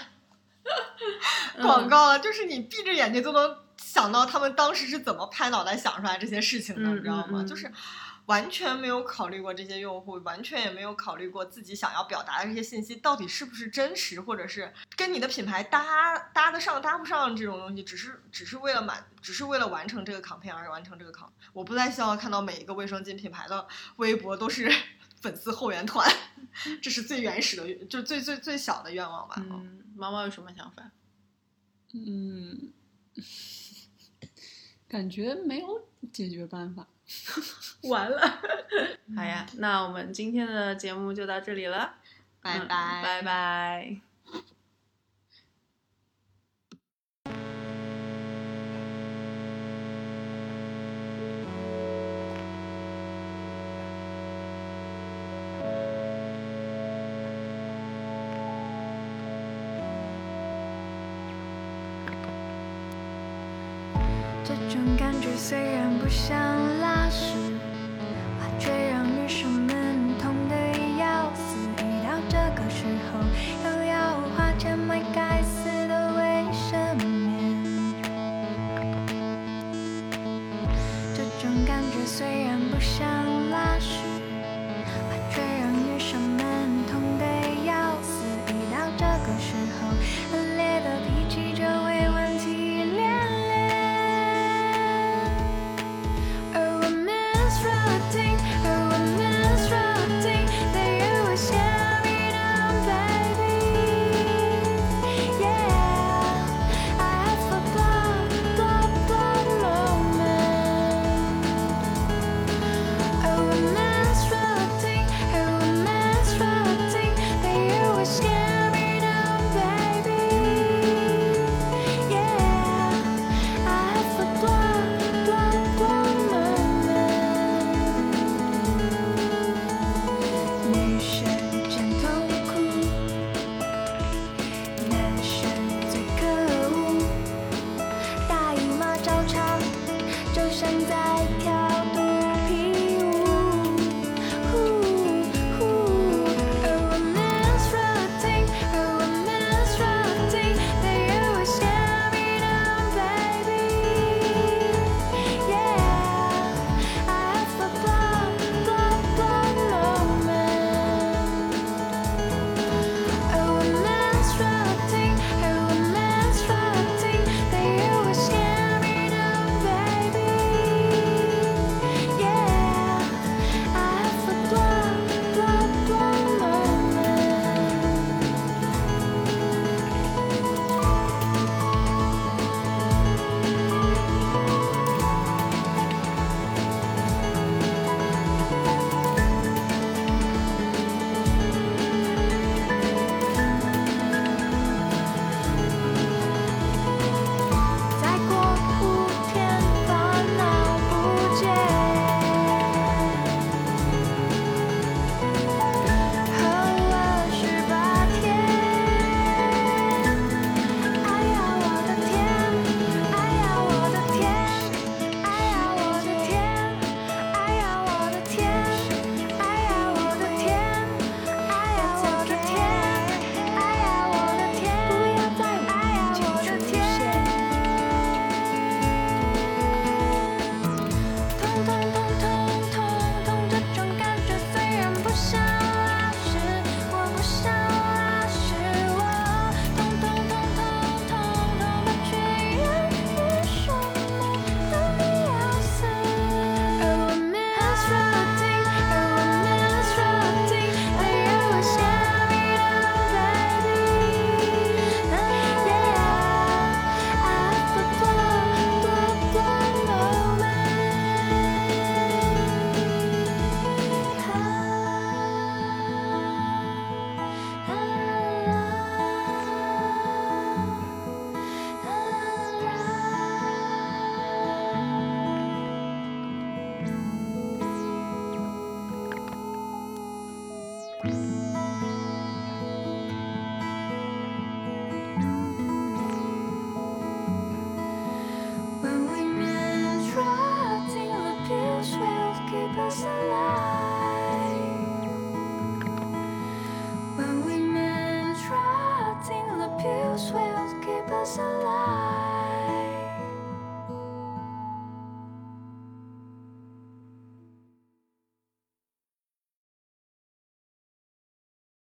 [SPEAKER 2] 嗯
[SPEAKER 3] 广告了，就是你闭着眼睛都能想到他们当时是怎么拍脑袋想出来这些事情的，
[SPEAKER 2] 嗯
[SPEAKER 3] 你知道吗？
[SPEAKER 2] 嗯嗯
[SPEAKER 3] 就是。完全没有考虑过这些用户，完全也没有考虑过自己想要表达的这些信息到底是不是真实，或者是跟你的品牌搭搭得上搭不上这种东西，只是只是为了满，只是为了完成这个 campaign 而完成这个 campaign。我不再希望看到每一个卫生巾品牌的微博都是 粉丝后援团，这是最原始的，就是最最最小的愿望吧。
[SPEAKER 2] 嗯，毛毛有什么想法？
[SPEAKER 1] 嗯， 感觉没有解决办法。
[SPEAKER 2] 完了， 好呀，那我们今天的节目就到这里了，
[SPEAKER 3] 拜
[SPEAKER 2] 嗯
[SPEAKER 3] 拜
[SPEAKER 2] 拜拜。
[SPEAKER 4] 这种感觉虽然不像拉屎，哇，却让女生们痛得要死。一到这个时候，又要花钱买该死的卫生棉。这种感觉虽然不像